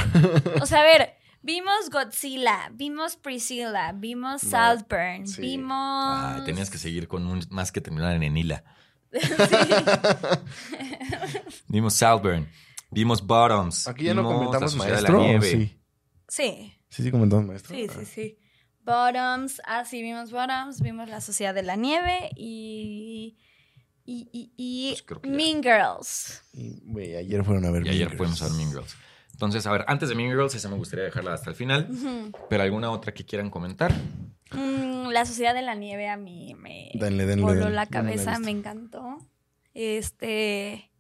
Speaker 2: O sea, a ver, vimos Godzilla, vimos Priscilla, vimos
Speaker 1: No,
Speaker 2: Saltburn,
Speaker 1: sí.
Speaker 2: vimos.
Speaker 3: Ay, ah, tenías que seguir con un- más que terminar en Enila. Vimos Salburn, vimos Bottoms.
Speaker 1: Aquí ya no
Speaker 3: vimos
Speaker 1: comentamos
Speaker 3: La Sociedad de la
Speaker 1: maestro. ¿o
Speaker 3: Nieve.
Speaker 1: Sí.
Speaker 2: Sí,
Speaker 1: sí, sí comentamos maestro.
Speaker 2: sí,
Speaker 1: Ah.
Speaker 2: sí, sí. Bottoms, ah, sí, vimos Bottoms, vimos La Sociedad de la Nieve y. Y, y, y
Speaker 3: Pues creo que ya.
Speaker 2: Mean Girls.
Speaker 1: Ah, Y, güey, ayer fueron a ver
Speaker 3: Y ayer
Speaker 1: Mean
Speaker 3: fuimos a
Speaker 1: Girls.
Speaker 3: ver Mean Girls. Entonces, a ver, antes de Mean Girls, esa me gustaría dejarla hasta el final.
Speaker 2: Ujú.
Speaker 3: Pero alguna otra que quieran comentar.
Speaker 2: Mm, la Sociedad de la Nieve a mí me
Speaker 1: Denle, denle,
Speaker 2: voló
Speaker 1: denle.
Speaker 2: la
Speaker 1: Yo no he
Speaker 2: cabeza,
Speaker 1: visto.
Speaker 2: me encantó. Este,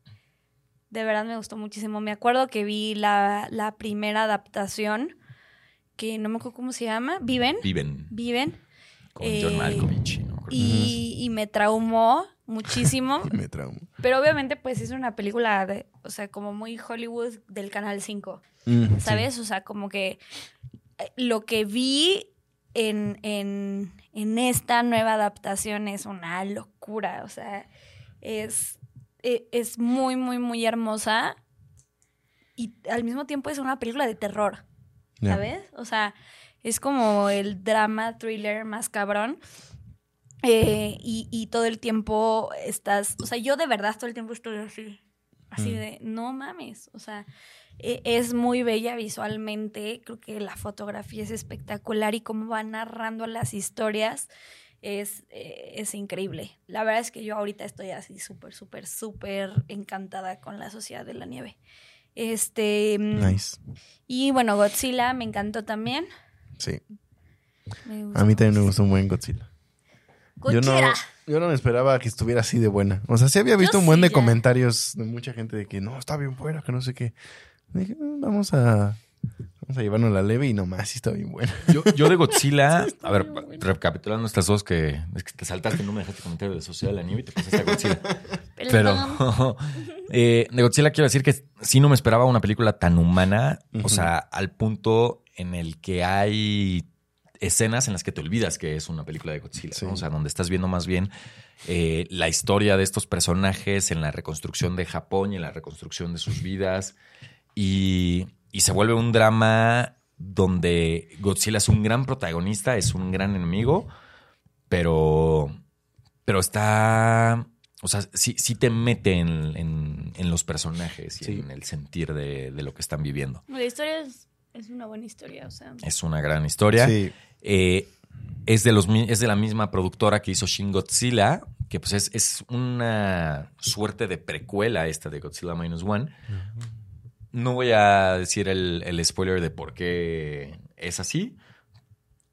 Speaker 2: de verdad me gustó muchísimo. Me acuerdo que vi la, la primera adaptación, que no me acuerdo cómo se llama, Viven,
Speaker 3: Viven
Speaker 2: Viven,
Speaker 3: con John
Speaker 2: Eh,
Speaker 3: Malkovich. ¿no? Creo que-
Speaker 2: y, y me traumó muchísimo.
Speaker 1: Y me traumó.
Speaker 2: Pero obviamente pues es una película, de, o sea, como muy Hollywood del Canal 5.
Speaker 1: Mm, sí.
Speaker 2: ¿Sabes? O sea, como que eh, lo que vi en, en- en esta nueva adaptación es una locura. O sea, es, e- es muy, muy, muy hermosa. Y al mismo tiempo es una película de terror,
Speaker 1: Ya.
Speaker 2: ¿sabes? O sea, es como el drama thriller más cabrón. Eh, y, y todo el tiempo estás, o sea, yo de verdad todo el tiempo estoy así, así
Speaker 1: Mm.
Speaker 2: de, no mames, o sea, e- es muy bella visualmente, creo que la fotografía es espectacular y cómo va narrando las historias es, eh, es increíble. La verdad es que yo ahorita estoy así súper, súper, súper encantada con la Sociedad de la Nieve. Este, mm,
Speaker 1: Nice.
Speaker 2: y bueno, Godzilla me encantó también.
Speaker 1: Sí.
Speaker 2: Me
Speaker 1: A mí
Speaker 2: gustó.
Speaker 1: también me gustó un buen Godzilla. Yo no,
Speaker 2: Godzilla.
Speaker 1: yo no me esperaba que estuviera así de buena. O sea, sí había visto un buen
Speaker 2: sí,
Speaker 1: de
Speaker 2: ya.
Speaker 1: comentarios de mucha gente de que no, está bien buena, que no sé qué. Dije, "Mm, vamos a, vamos a llevarnos la leve y nomás sí está bien buena.
Speaker 3: Yo, yo de Godzilla,
Speaker 2: Sí, está
Speaker 3: a ver,
Speaker 2: bien bueno.
Speaker 3: recapitulando estas dos que es que te saltaste y no me dejaste comentar de Sociedad de la Nieve y te pasaste a Godzilla.
Speaker 2: Perdón.
Speaker 3: Pero eh, de Godzilla quiero decir que sí no me esperaba una película tan humana,
Speaker 1: Ujú.
Speaker 3: o sea, al punto en el que hay escenas en las que te olvidas que es una película de Godzilla,
Speaker 1: Sí.
Speaker 3: ¿no? o sea, donde estás viendo más bien eh, la historia de estos personajes en la reconstrucción de Japón y en la reconstrucción de sus vidas y, y se vuelve un drama donde Godzilla es un gran protagonista, es un gran enemigo, pero, pero está, o sea, sí, sí te mete en, en- en los personajes y
Speaker 1: Sí.
Speaker 3: en el sentir de, de lo que están viviendo.
Speaker 2: La historia es, es una buena historia, o sea.
Speaker 3: Es una gran historia.
Speaker 1: Sí,
Speaker 3: Eh, es, de los, mi- es de la misma productora que hizo Shin Godzilla, que pues es, es una suerte de precuela esta de Godzilla Minus One. No voy a decir el, el spoiler de por qué es así.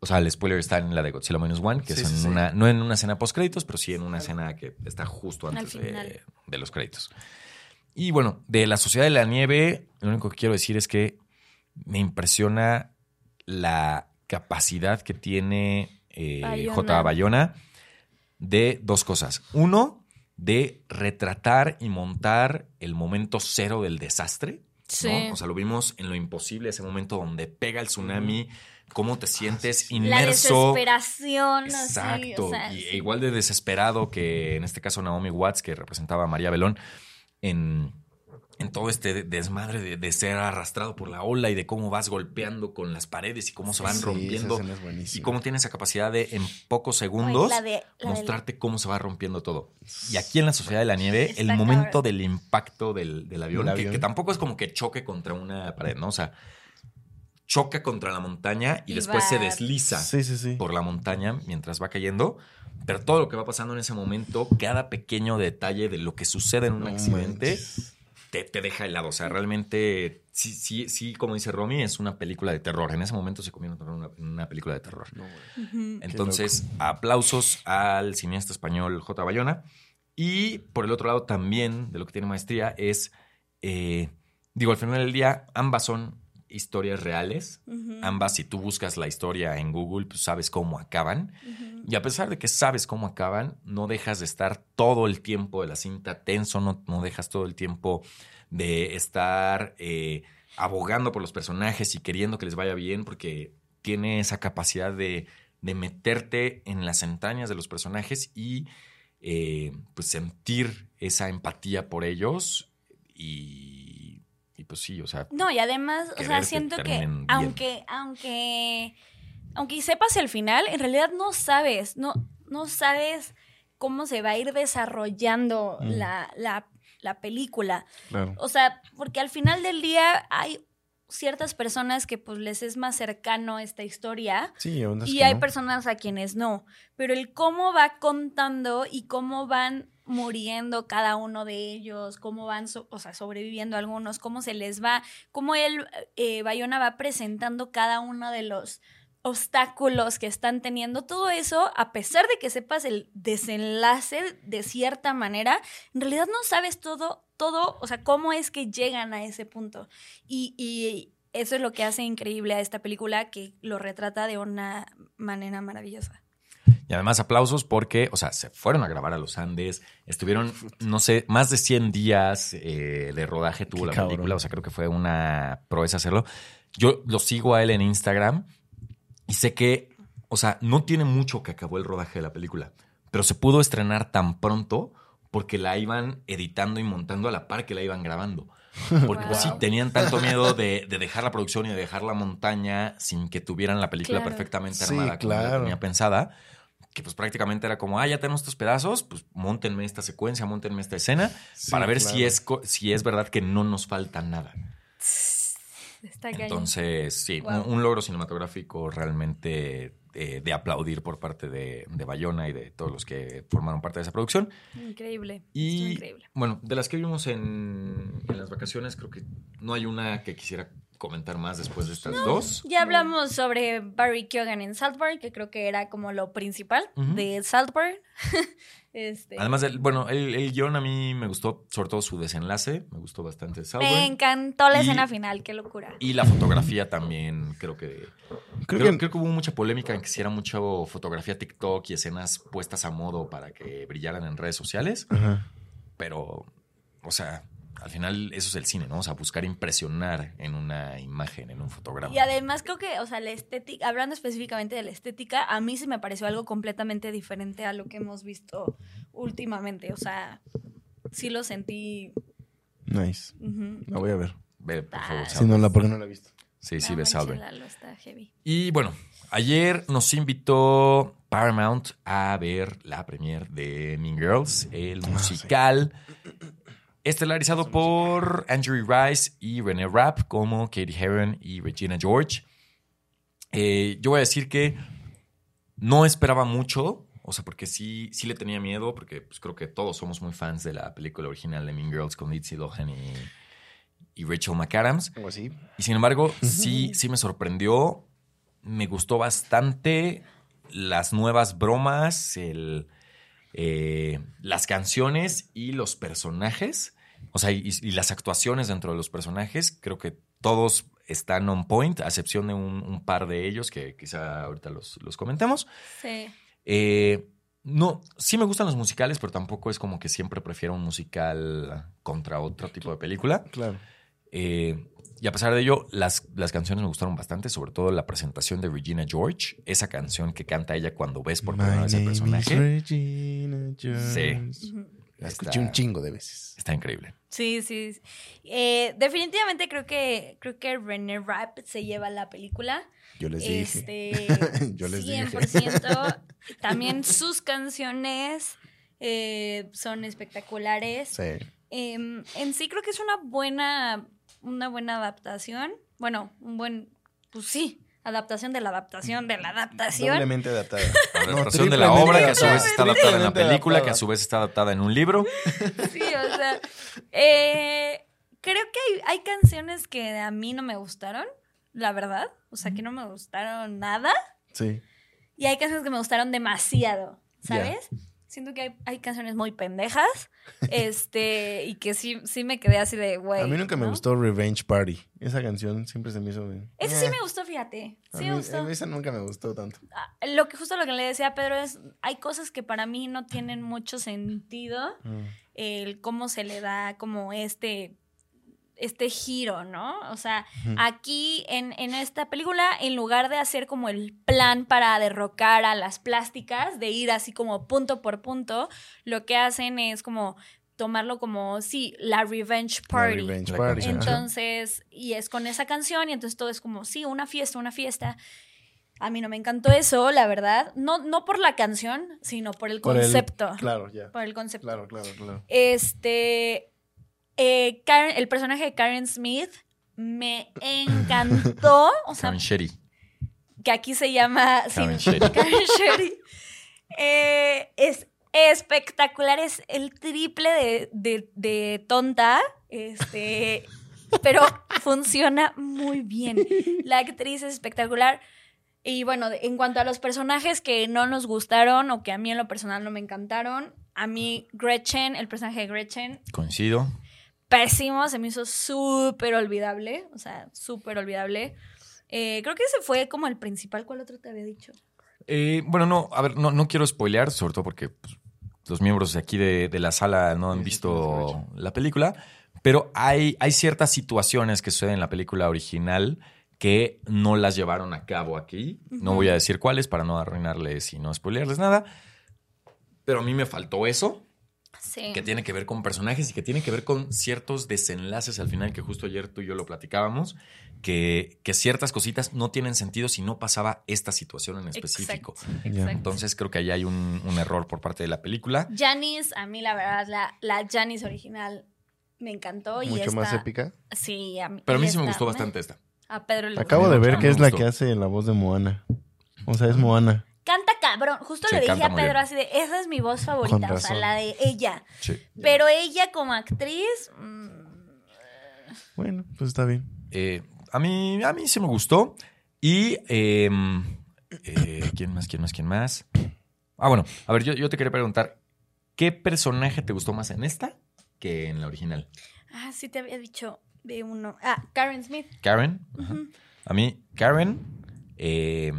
Speaker 3: O sea, el spoiler está en la de Godzilla Minus One, que
Speaker 1: Sí,
Speaker 3: es en
Speaker 1: sí, sí.
Speaker 3: una, no en una escena post créditos, pero sí en una escena que está justo
Speaker 2: Al
Speaker 3: antes
Speaker 2: final.
Speaker 3: de, de los créditos. Y bueno, de la Sociedad de la Nieve, lo único que quiero decir es que me impresiona la capacidad que tiene eh,
Speaker 2: Bayona.
Speaker 3: J. Bayona de dos cosas. Uno, de retratar y montar el momento cero del desastre. ¿no? O sea, lo vimos en lo imposible, ese momento donde pega el tsunami, cómo te sientes
Speaker 2: la
Speaker 3: inmerso.
Speaker 2: desesperación. así,
Speaker 3: Exacto.
Speaker 2: o sea,
Speaker 3: y, e
Speaker 2: sí.
Speaker 3: Igual de desesperado que en este caso Naomi Watts, que representaba a María Belón, en, en todo este desmadre de, de ser arrastrado por la ola y de cómo vas golpeando con las paredes y cómo se van
Speaker 1: Sí,
Speaker 3: rompiendo.
Speaker 1: esa escena es buenísima.
Speaker 3: Y cómo tiene esa capacidad de en pocos
Speaker 2: Ay,
Speaker 3: segundos
Speaker 2: la de- la de-
Speaker 3: mostrarte cómo se va rompiendo todo. Y aquí en la Sociedad de la Nieve,
Speaker 2: Está
Speaker 3: el momento del impacto del, del avión,
Speaker 1: Del
Speaker 3: que-
Speaker 1: avión.
Speaker 3: Que, tampoco es como que choque contra una pared, ¿no? O sea, choca contra la montaña y,
Speaker 2: Y
Speaker 3: después
Speaker 2: va-
Speaker 3: se desliza
Speaker 1: Sí, sí, sí.
Speaker 3: por la montaña mientras va cayendo. Pero todo lo que va pasando en ese momento, cada pequeño detalle de lo que sucede en un
Speaker 1: No
Speaker 3: accidente,
Speaker 1: manches.
Speaker 3: te, te deja helado. O sea, realmente, sí, sí, sí, como dice Romy, es una película de terror. En ese momento se convierte en una, en una película de terror.
Speaker 1: No, güey.
Speaker 2: Ujú.
Speaker 3: Entonces, aplausos al cineasta español J. Bayona. Y por el otro lado, también de lo que tiene maestría es, eh, digo, al final del día, ambas son historias reales.
Speaker 2: Ujú.
Speaker 3: Ambas, si tú buscas la historia en Google, pues sabes cómo acaban.
Speaker 2: Ujú.
Speaker 3: Y a pesar de que sabes cómo acaban, no dejas de estar todo el tiempo de la cinta tenso, no, no dejas todo el tiempo de estar eh, abogando por los personajes y queriendo que les vaya bien, porque tiene esa capacidad de, de meterte en las entrañas de los personajes y eh, pues sentir esa empatía por ellos y, y pues sí, o sea,
Speaker 2: No, y además, o
Speaker 3: Querer
Speaker 2: sea,
Speaker 3: que
Speaker 2: siento que
Speaker 3: terminen bien.
Speaker 2: aunque, aunque, aunque sepas el final, en realidad no sabes, no, no sabes cómo se va a ir desarrollando
Speaker 1: Mm.
Speaker 2: la, la, la película.
Speaker 1: Claro.
Speaker 2: O sea, porque al final del día hay ciertas personas que pues les es más cercano esta historia.
Speaker 1: Sí, ondas
Speaker 2: Y
Speaker 1: que
Speaker 2: hay
Speaker 1: no.
Speaker 2: personas a quienes no, pero el cómo va contando y cómo van muriendo cada uno de ellos, cómo van, so- o sea, sobreviviendo algunos, cómo se les va, cómo él, eh, Bayona va presentando cada uno de los obstáculos que están teniendo, todo eso, a pesar de que sepas el desenlace de cierta manera, en realidad no sabes todo, todo, o sea, cómo es que llegan a ese punto. Y, y eso es lo que hace increíble a esta película, que lo retrata de una manera maravillosa.
Speaker 3: Y además aplausos porque, o sea, se fueron a grabar a los Andes, estuvieron, no sé, más de 100 días eh, de rodaje tuvo
Speaker 1: Qué
Speaker 3: la
Speaker 1: cabrón.
Speaker 3: película, o sea, creo que fue una proeza hacerlo. Yo lo sigo a él en Instagram y sé que, o sea, no tiene mucho que acabó el rodaje de la película, pero se pudo estrenar tan pronto porque la iban editando y montando a la par que la iban grabando. Porque pues, sí,
Speaker 2: Wow.
Speaker 3: tenían tanto miedo de, de dejar la producción y de dejar la montaña sin que tuvieran la película
Speaker 2: Claro.
Speaker 3: perfectamente
Speaker 1: Sí,
Speaker 3: armada como la
Speaker 1: claro.
Speaker 3: tenía pensada que pues prácticamente era como, ah, ya tenemos estos pedazos, pues montenme esta secuencia, montenme esta escena,
Speaker 1: Sí,
Speaker 3: para ver
Speaker 1: claro.
Speaker 3: si, es, co- si es verdad que no nos falta nada.
Speaker 2: Está cañón.
Speaker 3: Entonces, sí,
Speaker 2: Wow.
Speaker 3: un, un logro cinematográfico realmente eh, de aplaudir por parte de, de Bayona y de todos los que formaron parte de esa producción.
Speaker 2: Increíble.
Speaker 3: Y
Speaker 2: Estuvo increíble.
Speaker 3: bueno, de las que vimos en, en las vacaciones, creo que no hay una que quisiera comentar más después de estas dos.
Speaker 2: Ya hablamos sobre Barry Keoghan en Saltburn, que creo que era como lo principal
Speaker 3: Ujú.
Speaker 2: de Saltburn. este,
Speaker 3: Además, del, bueno, el, el guión a mí me gustó, sobre todo su desenlace, me gustó bastante. Salvador.
Speaker 2: me encantó la
Speaker 3: Y-
Speaker 2: escena final, qué locura.
Speaker 3: Y la fotografía también, creo que. Creo,
Speaker 1: Creo que-
Speaker 3: creo que hubo mucha polémica en que hiciera mucho fotografía TikTok y escenas puestas a modo para que brillaran en redes sociales.
Speaker 1: Ajá.
Speaker 3: Pero, o sea, al final eso es el cine, ¿no? O sea, buscar impresionar en una imagen, en un fotograma.
Speaker 2: Y además creo que, o sea, la estética, hablando específicamente de la estética, a mí se me pareció algo completamente diferente a lo que hemos visto últimamente. O sea, sí lo sentí.
Speaker 1: Nice.
Speaker 2: ujú.
Speaker 1: La voy a ver.
Speaker 3: Ve, por favor,
Speaker 1: Si no la, porque no la he visto.
Speaker 3: Sí, sí,
Speaker 2: Ah, No
Speaker 3: ve
Speaker 2: manches,
Speaker 3: Salve.
Speaker 2: Lalo, está heavy.
Speaker 3: Y bueno, ayer nos invitó Paramount a ver la premiere de Mean Girls, el musical. Estelarizado por Andrew Rice y Renee Rapp, como Katie Heron y Regina George. Eh, yo voy a decir que no esperaba mucho, o sea, porque sí, sí le tenía miedo, porque pues, creo que todos somos muy fans de la película original de Mean Girls con Lindsay Lohan y, y Rachel McAdams.
Speaker 1: Algo así.
Speaker 3: Y sin embargo, sí, sí me sorprendió. Me gustó bastante las nuevas bromas, el, eh, las canciones y los personajes. O sea, y, y las actuaciones dentro de los personajes. Creo que todos están on point, a excepción de un, un par de ellos que quizá ahorita los, los comentemos.
Speaker 2: Sí.
Speaker 3: Eh, no, sí me gustan los musicales, pero tampoco es como que siempre prefiero un musical contra otro tipo de película.
Speaker 1: Claro.
Speaker 3: Eh, y a pesar de ello, las, las canciones me gustaron bastante, sobre todo la presentación de Regina George, esa canción que canta ella cuando ves por primera vez el personaje.
Speaker 1: Regina Jones.
Speaker 2: Ujú.
Speaker 1: La
Speaker 3: Está-
Speaker 1: escuché un chingo de veces.
Speaker 3: Está increíble.
Speaker 2: Sí, sí. sí. Eh, definitivamente creo que creo que René Rapp se lleva la película.
Speaker 1: Yo les dije.
Speaker 2: Este,
Speaker 1: Yo les dije.
Speaker 2: 100%. También sus canciones eh, son espectaculares.
Speaker 1: Sí.
Speaker 2: Eh, en sí creo que es una buena, una buena adaptación. Bueno, un buen, pues sí, adaptación de la adaptación de la adaptación.
Speaker 1: Doblemente adaptada.
Speaker 3: Adaptación de la obra, que a su vez está adaptada en la película, que a su vez está adaptada en un libro.
Speaker 2: Sí, o sea, eh, creo que hay, hay canciones que a mí no me gustaron, la verdad. O sea, que no me gustaron nada.
Speaker 1: Sí.
Speaker 2: Y hay canciones que me gustaron demasiado,
Speaker 1: Ya.
Speaker 2: ¿sabes? Siento que hay, hay canciones muy pendejas, este, y que sí, sí me quedé así de, güey.
Speaker 1: A mí nunca me
Speaker 2: ¿no?
Speaker 1: gustó Revenge Party. Esa canción siempre se me hizo. de-
Speaker 2: Ese sí
Speaker 1: Eh,
Speaker 2: me gustó, fíjate.
Speaker 1: a
Speaker 2: Sí
Speaker 1: mí- eh,
Speaker 2: me gustó.
Speaker 1: Esa nunca me gustó tanto.
Speaker 2: Ah, Lo que justo lo que le decía a Pedro es, hay cosas que para mí no tienen mucho sentido,
Speaker 1: Mm.
Speaker 2: el cómo se le da como este, este giro, ¿no? O sea,
Speaker 1: Ujú.
Speaker 2: aquí en, en esta película, en lugar de hacer como el plan para derrocar a las plásticas, de ir así como punto por punto, lo que hacen es como tomarlo como, sí, la revenge
Speaker 1: La
Speaker 2: party.
Speaker 1: Revenge
Speaker 3: La
Speaker 1: Party.
Speaker 3: canción.
Speaker 1: ajá.
Speaker 2: Entonces, y es con esa canción, y entonces todo es como, sí, una fiesta, una fiesta. A mí no me encantó eso, la verdad. No, no por la canción, sino por el
Speaker 1: Por el-
Speaker 2: concepto. Por el,
Speaker 1: Claro, ya.
Speaker 2: concepto.
Speaker 1: Claro, claro, claro.
Speaker 2: Este. eh, Karen- el personaje de Karen Smith me encantó. O sea,
Speaker 3: Karen Sherry.
Speaker 2: que aquí se llama sí,
Speaker 3: Karen Sherry.
Speaker 2: Karen Sherry. Eh, es espectacular, es el triple de, de- de tonta, este, pero funciona muy bien. La actriz es espectacular. Y bueno, de- en cuanto a los personajes que no nos gustaron o que a mí en lo personal no me encantaron, a mí Gretchen, el personaje de Gretchen,
Speaker 3: Coincido.
Speaker 2: pésimo, se me hizo súper olvidable, o sea, súper olvidable. Eh, creo que ese fue como el principal, ¿cuál otro te había dicho?
Speaker 3: Eh, bueno, no, a ver, no, no quiero spoilear, sobre todo porque pues, los miembros de aquí de, de la sala no han
Speaker 1: Sí, sí,
Speaker 3: visto
Speaker 1: aprovecho.
Speaker 3: la película, pero hay, hay ciertas situaciones que suceden en la película original que no las llevaron a cabo aquí. No
Speaker 2: Ujú.
Speaker 3: voy a decir cuáles para no arruinarles y no spoilearles nada, pero a mí me faltó eso
Speaker 2: Sí.
Speaker 3: que tiene que ver con personajes y que tiene que ver con ciertos desenlaces al final, que justo ayer tú y yo lo platicábamos, que, que ciertas cositas no tienen sentido si no pasaba esta situación en específico. Entonces creo que ahí hay un, un error por parte de la película.
Speaker 2: Janice, a mí la verdad, la, la Janice original me encantó. y
Speaker 1: Mucho más
Speaker 2: esta-
Speaker 1: épica.
Speaker 2: Sí, a mí.
Speaker 3: Pero a
Speaker 2: y
Speaker 3: mí sí me
Speaker 2: esta
Speaker 3: gustó bastante esta.
Speaker 2: A Pedro le gusta.
Speaker 1: Acabo de ver
Speaker 3: Ah,
Speaker 1: que
Speaker 3: me
Speaker 1: es la
Speaker 3: gustó.
Speaker 1: que hace la voz de Moana. O
Speaker 2: Ah.
Speaker 1: sea, es Moana.
Speaker 2: Canta cabrón. Justo
Speaker 3: Sí,
Speaker 2: le dije
Speaker 3: canta
Speaker 2: a
Speaker 3: muy
Speaker 2: Pedro
Speaker 3: bien.
Speaker 2: así de, esa es mi voz favorita,
Speaker 1: Con
Speaker 2: o sea,
Speaker 1: razón.
Speaker 2: la de ella.
Speaker 3: Sí.
Speaker 2: Pero ella como actriz... mm,
Speaker 1: Bueno, pues está bien.
Speaker 3: Eh, a, mí, a mí sí me gustó. Y. eh, eh, ¿Quién más? ¿Quién más? ¿Quién más? Ah, bueno, a ver, yo, yo te quería preguntar: ¿qué personaje te gustó más en esta que en la original?
Speaker 2: Ah, sí te había dicho de uno. Ah, Karen Smith.
Speaker 3: Karen. Ajá.
Speaker 2: Ujú.
Speaker 3: A mí, Karen. eh,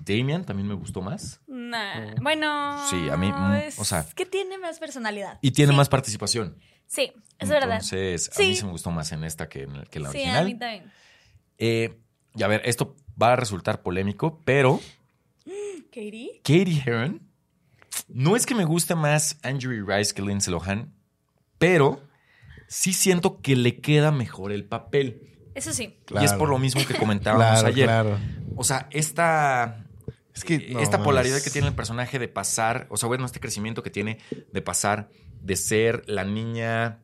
Speaker 3: Damian también me gustó más.
Speaker 2: Nah, Bueno.
Speaker 3: Oh. Sí, a mí, mm,
Speaker 2: es
Speaker 3: o sea-
Speaker 2: Que tiene más personalidad.
Speaker 3: Y tiene
Speaker 2: Sí,
Speaker 3: más participación.
Speaker 2: Sí, es verdad.
Speaker 3: Entonces, a
Speaker 2: Sí.
Speaker 3: mí sí me gustó más en esta que en, que en la
Speaker 2: sí,
Speaker 3: original.
Speaker 2: a mí también.
Speaker 3: Eh, y a ver, esto va a resultar polémico, pero
Speaker 2: ¿Katie?
Speaker 3: Katie Heron no es que me guste más Andrew Rice que Lindsay Lohan, pero sí siento que le queda mejor el papel.
Speaker 2: Eso sí.
Speaker 1: Claro.
Speaker 3: Y es por lo mismo que comentábamos
Speaker 1: Claro,
Speaker 3: ayer.
Speaker 1: claro.
Speaker 3: O sea, esta,
Speaker 1: Es que,
Speaker 3: eh,
Speaker 1: no
Speaker 3: esta
Speaker 1: mames.
Speaker 3: polaridad que tiene el personaje de pasar, o sea, bueno, este crecimiento que tiene de pasar de ser la niña,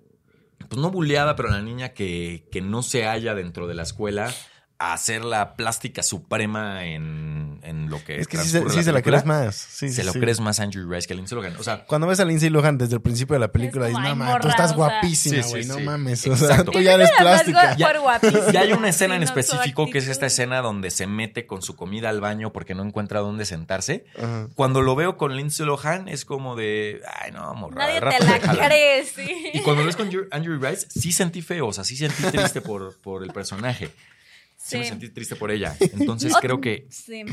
Speaker 3: pues no buleada, pero la niña que, que no se halla dentro de la escuela, a ser la plástica suprema en, en lo que
Speaker 1: Es que sí, se-
Speaker 3: transcurre
Speaker 1: sí se la
Speaker 3: película.
Speaker 1: crees más. Sí,
Speaker 3: se
Speaker 1: sí,
Speaker 3: lo
Speaker 1: sí.
Speaker 3: crees más Andrew Rice que Lindsay Logan. O sea,
Speaker 1: Cuando ves a Lindsay Lohan desde el principio de la película,
Speaker 2: Es como,
Speaker 1: dices,
Speaker 2: "Ay,
Speaker 1: no mames,
Speaker 2: morra,
Speaker 1: tú estás
Speaker 2: o sea".
Speaker 1: guapísima,
Speaker 3: Sí, sí,
Speaker 1: güey, no
Speaker 3: sí.
Speaker 1: mames. O sea,
Speaker 3: Exacto.
Speaker 1: tú ya eres
Speaker 2: Además, gua-
Speaker 1: plástica.
Speaker 3: Ya-
Speaker 2: por guapísima.
Speaker 3: y hay una escena en
Speaker 2: Sí, no, su
Speaker 3: específico que es esta
Speaker 2: actitud.
Speaker 3: escena donde se mete con su comida al baño porque no encuentra dónde sentarse.
Speaker 1: Ajá.
Speaker 3: Cuando lo veo con Lindsay Lohan es como de, ay no, morra.
Speaker 2: Nadie
Speaker 3: al
Speaker 2: te
Speaker 3: rato
Speaker 2: la
Speaker 3: déjala".
Speaker 2: cree, sí.
Speaker 3: Y cuando lo ves con Andrew- Andrew Rice, sí sentí feo, o sea, sí sentí triste por, por el personaje. Sí, me
Speaker 2: Sí.
Speaker 3: sentí triste por ella. Entonces creo que
Speaker 2: Sí.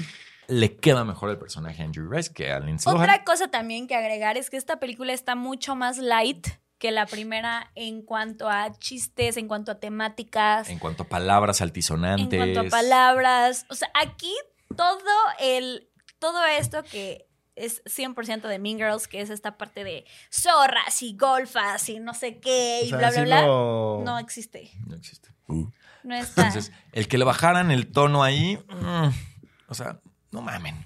Speaker 3: le queda mejor el personaje a Andrew Rice que a Lindsay Lohan.
Speaker 2: Otra cosa también que agregar es que esta película está mucho más light que la primera en cuanto a chistes, en cuanto a temáticas,
Speaker 3: En cuanto a palabras
Speaker 2: en
Speaker 3: altisonantes.
Speaker 2: cuanto a palabras. O sea, aquí todo el todo esto que es 100% de Mean Girls, que es esta parte de zorras y golfas y no sé qué
Speaker 1: O
Speaker 2: y
Speaker 1: sea,
Speaker 2: bla,
Speaker 1: sí
Speaker 2: bla, bla,
Speaker 1: lo-
Speaker 2: no existe.
Speaker 3: No existe.
Speaker 2: No está.
Speaker 3: Entonces, el que le bajaran el tono ahí, mm, o sea, no mamen.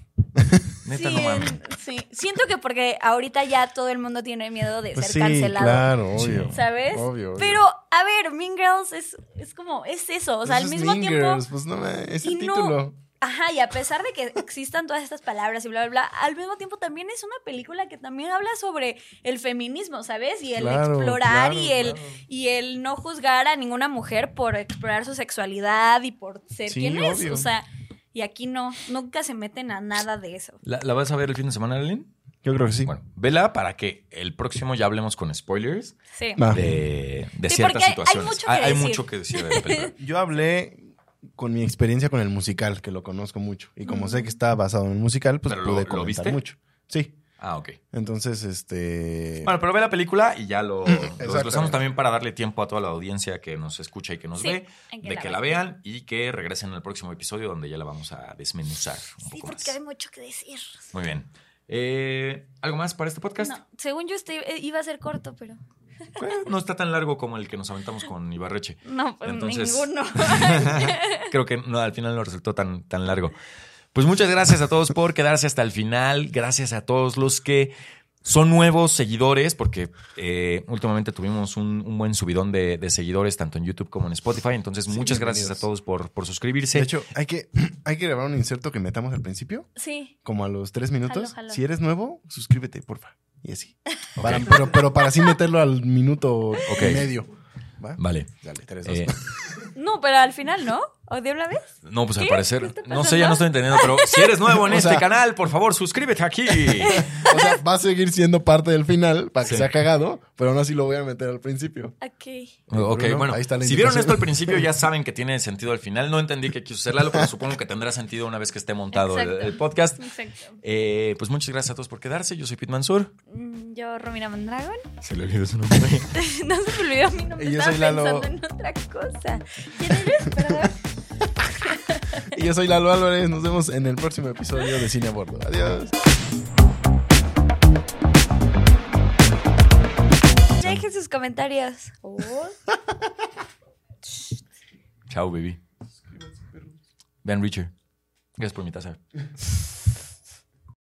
Speaker 3: Neta,
Speaker 2: Sí,
Speaker 3: no mamen.
Speaker 2: sí. Siento que porque ahorita ya todo el mundo tiene miedo de
Speaker 1: Pues
Speaker 2: ser
Speaker 1: sí,
Speaker 2: cancelado.
Speaker 1: claro,
Speaker 3: Sí.
Speaker 1: obvio.
Speaker 2: ¿Sabes?
Speaker 1: Obvio, obvio.
Speaker 2: Pero, a ver, Mean Girls es, es como, es eso. O sea,
Speaker 1: Eso
Speaker 2: al
Speaker 1: es
Speaker 2: mismo
Speaker 1: Mean
Speaker 2: tiempo.
Speaker 1: Girls, pues no mames, es
Speaker 2: y
Speaker 1: el
Speaker 2: no-
Speaker 1: título.
Speaker 2: Ajá, y a pesar de que existan todas estas palabras y bla, bla, bla, al mismo tiempo también es una película que también habla sobre el feminismo, ¿sabes? Y el
Speaker 1: Claro,
Speaker 2: explorar
Speaker 1: claro,
Speaker 2: y el
Speaker 1: claro.
Speaker 2: y el no juzgar a ninguna mujer por explorar su sexualidad y por ser
Speaker 1: Sí,
Speaker 2: quien es.
Speaker 1: obvio.
Speaker 2: O sea, y aquí no, nunca se meten a nada de eso.
Speaker 3: ¿La, la vas a ver el fin de semana, Aline?
Speaker 1: Yo creo que sí.
Speaker 3: Bueno, vela para que el próximo ya hablemos con spoilers
Speaker 2: Sí.
Speaker 1: Va.
Speaker 3: de, de
Speaker 2: Sí, porque
Speaker 3: ciertas
Speaker 2: hay- hay
Speaker 3: situaciones. Ah,
Speaker 2: mucho que decir.
Speaker 3: mucho que decir de la película.
Speaker 1: Yo hablé con mi experiencia con el musical, que lo conozco mucho. Y como sé que está basado en el musical, pues
Speaker 3: ¿Pero lo-
Speaker 1: pude
Speaker 3: lo
Speaker 1: comentar
Speaker 3: viste?
Speaker 1: mucho. Sí.
Speaker 3: Ah, ok.
Speaker 1: Entonces, este.
Speaker 3: Bueno, pero ve la película y ya lo, lo desglosamos
Speaker 1: Exactamente.
Speaker 3: también para darle tiempo a toda la audiencia que nos escucha y que nos
Speaker 2: Sí,
Speaker 3: ve,
Speaker 2: hay que
Speaker 3: de
Speaker 2: la
Speaker 3: que
Speaker 2: vean.
Speaker 3: la vean y que regresen al próximo episodio donde ya la vamos a desmenuzar un
Speaker 2: Sí,
Speaker 3: poco
Speaker 2: porque hay
Speaker 3: más.
Speaker 2: mucho que decir.
Speaker 3: Muy bien. Eh, ¿Algo más para este podcast?
Speaker 2: No, según yo este iba a ser corto, pero
Speaker 3: Bueno, no está tan largo como el que nos aventamos con Ibarreche.
Speaker 2: no, pues
Speaker 3: Entonces-
Speaker 2: ninguno.
Speaker 3: Creo que no, al final no resultó tan, tan largo. Pues muchas gracias a todos por quedarse hasta el final. Gracias a todos los que son nuevos seguidores, porque eh, últimamente tuvimos un, un buen subidón de, de seguidores, tanto en YouTube como en Spotify. Entonces,
Speaker 1: Sí,
Speaker 3: muchas gracias a
Speaker 1: bienvenidos.
Speaker 3: todos por, por suscribirse.
Speaker 1: de hecho, hay que, hay que grabar un inserto que metamos al principio,
Speaker 2: sí.
Speaker 1: como a los tres minutos.
Speaker 2: Jalo, jalo.
Speaker 1: Si eres nuevo, suscríbete, porfa. Y así. Para- pero, pero para así meterlo al minuto y medio. ¿Va?
Speaker 3: vale.
Speaker 1: Dale, tres, dos.
Speaker 3: Eh,
Speaker 2: No, pero al final, ¿no? ¿O de una vez?
Speaker 3: no, pues al
Speaker 2: ¿Qué? ¿Qué
Speaker 3: parecer,
Speaker 2: está
Speaker 3: no sé,
Speaker 2: pasando?
Speaker 3: ya no estoy entendiendo, pero si eres nuevo en
Speaker 1: O
Speaker 3: este
Speaker 1: sea-
Speaker 3: canal, por favor, suscríbete aquí.
Speaker 1: O sea, va a seguir siendo parte del final para que
Speaker 3: Sí.
Speaker 1: sea cagado, pero aún así lo voy a meter al principio.
Speaker 2: Ok.
Speaker 3: Ok,
Speaker 1: Bruno,
Speaker 3: bueno,
Speaker 1: ahí está la
Speaker 3: si vieron
Speaker 1: indicación.
Speaker 3: esto al principio ya saben que tiene sentido al final. No entendí que quiso ser Lalo, pero supongo que tendrá sentido una vez que esté montado el,
Speaker 2: Exacto.
Speaker 3: el podcast.
Speaker 2: Exacto.
Speaker 3: Eh, pues muchas gracias a todos por quedarse. Yo soy Pete Mansur.
Speaker 2: Mm, Yo, Romina Mondragón.
Speaker 3: Se le olvidó su nombre.
Speaker 2: No se me olvidó mi nombre.
Speaker 1: Y yo
Speaker 2: Estaba
Speaker 1: soy Lalo.
Speaker 2: pensando en otra cosa. ¿Quién eres? Perdón.
Speaker 1: Y yo soy Lalo Álvarez. Nos vemos en el próximo episodio de Cine a Bordo. Adiós.
Speaker 2: Dejen sus comentarios. Oh.
Speaker 3: Chao, baby. Vean Richard. Gracias por mi taza.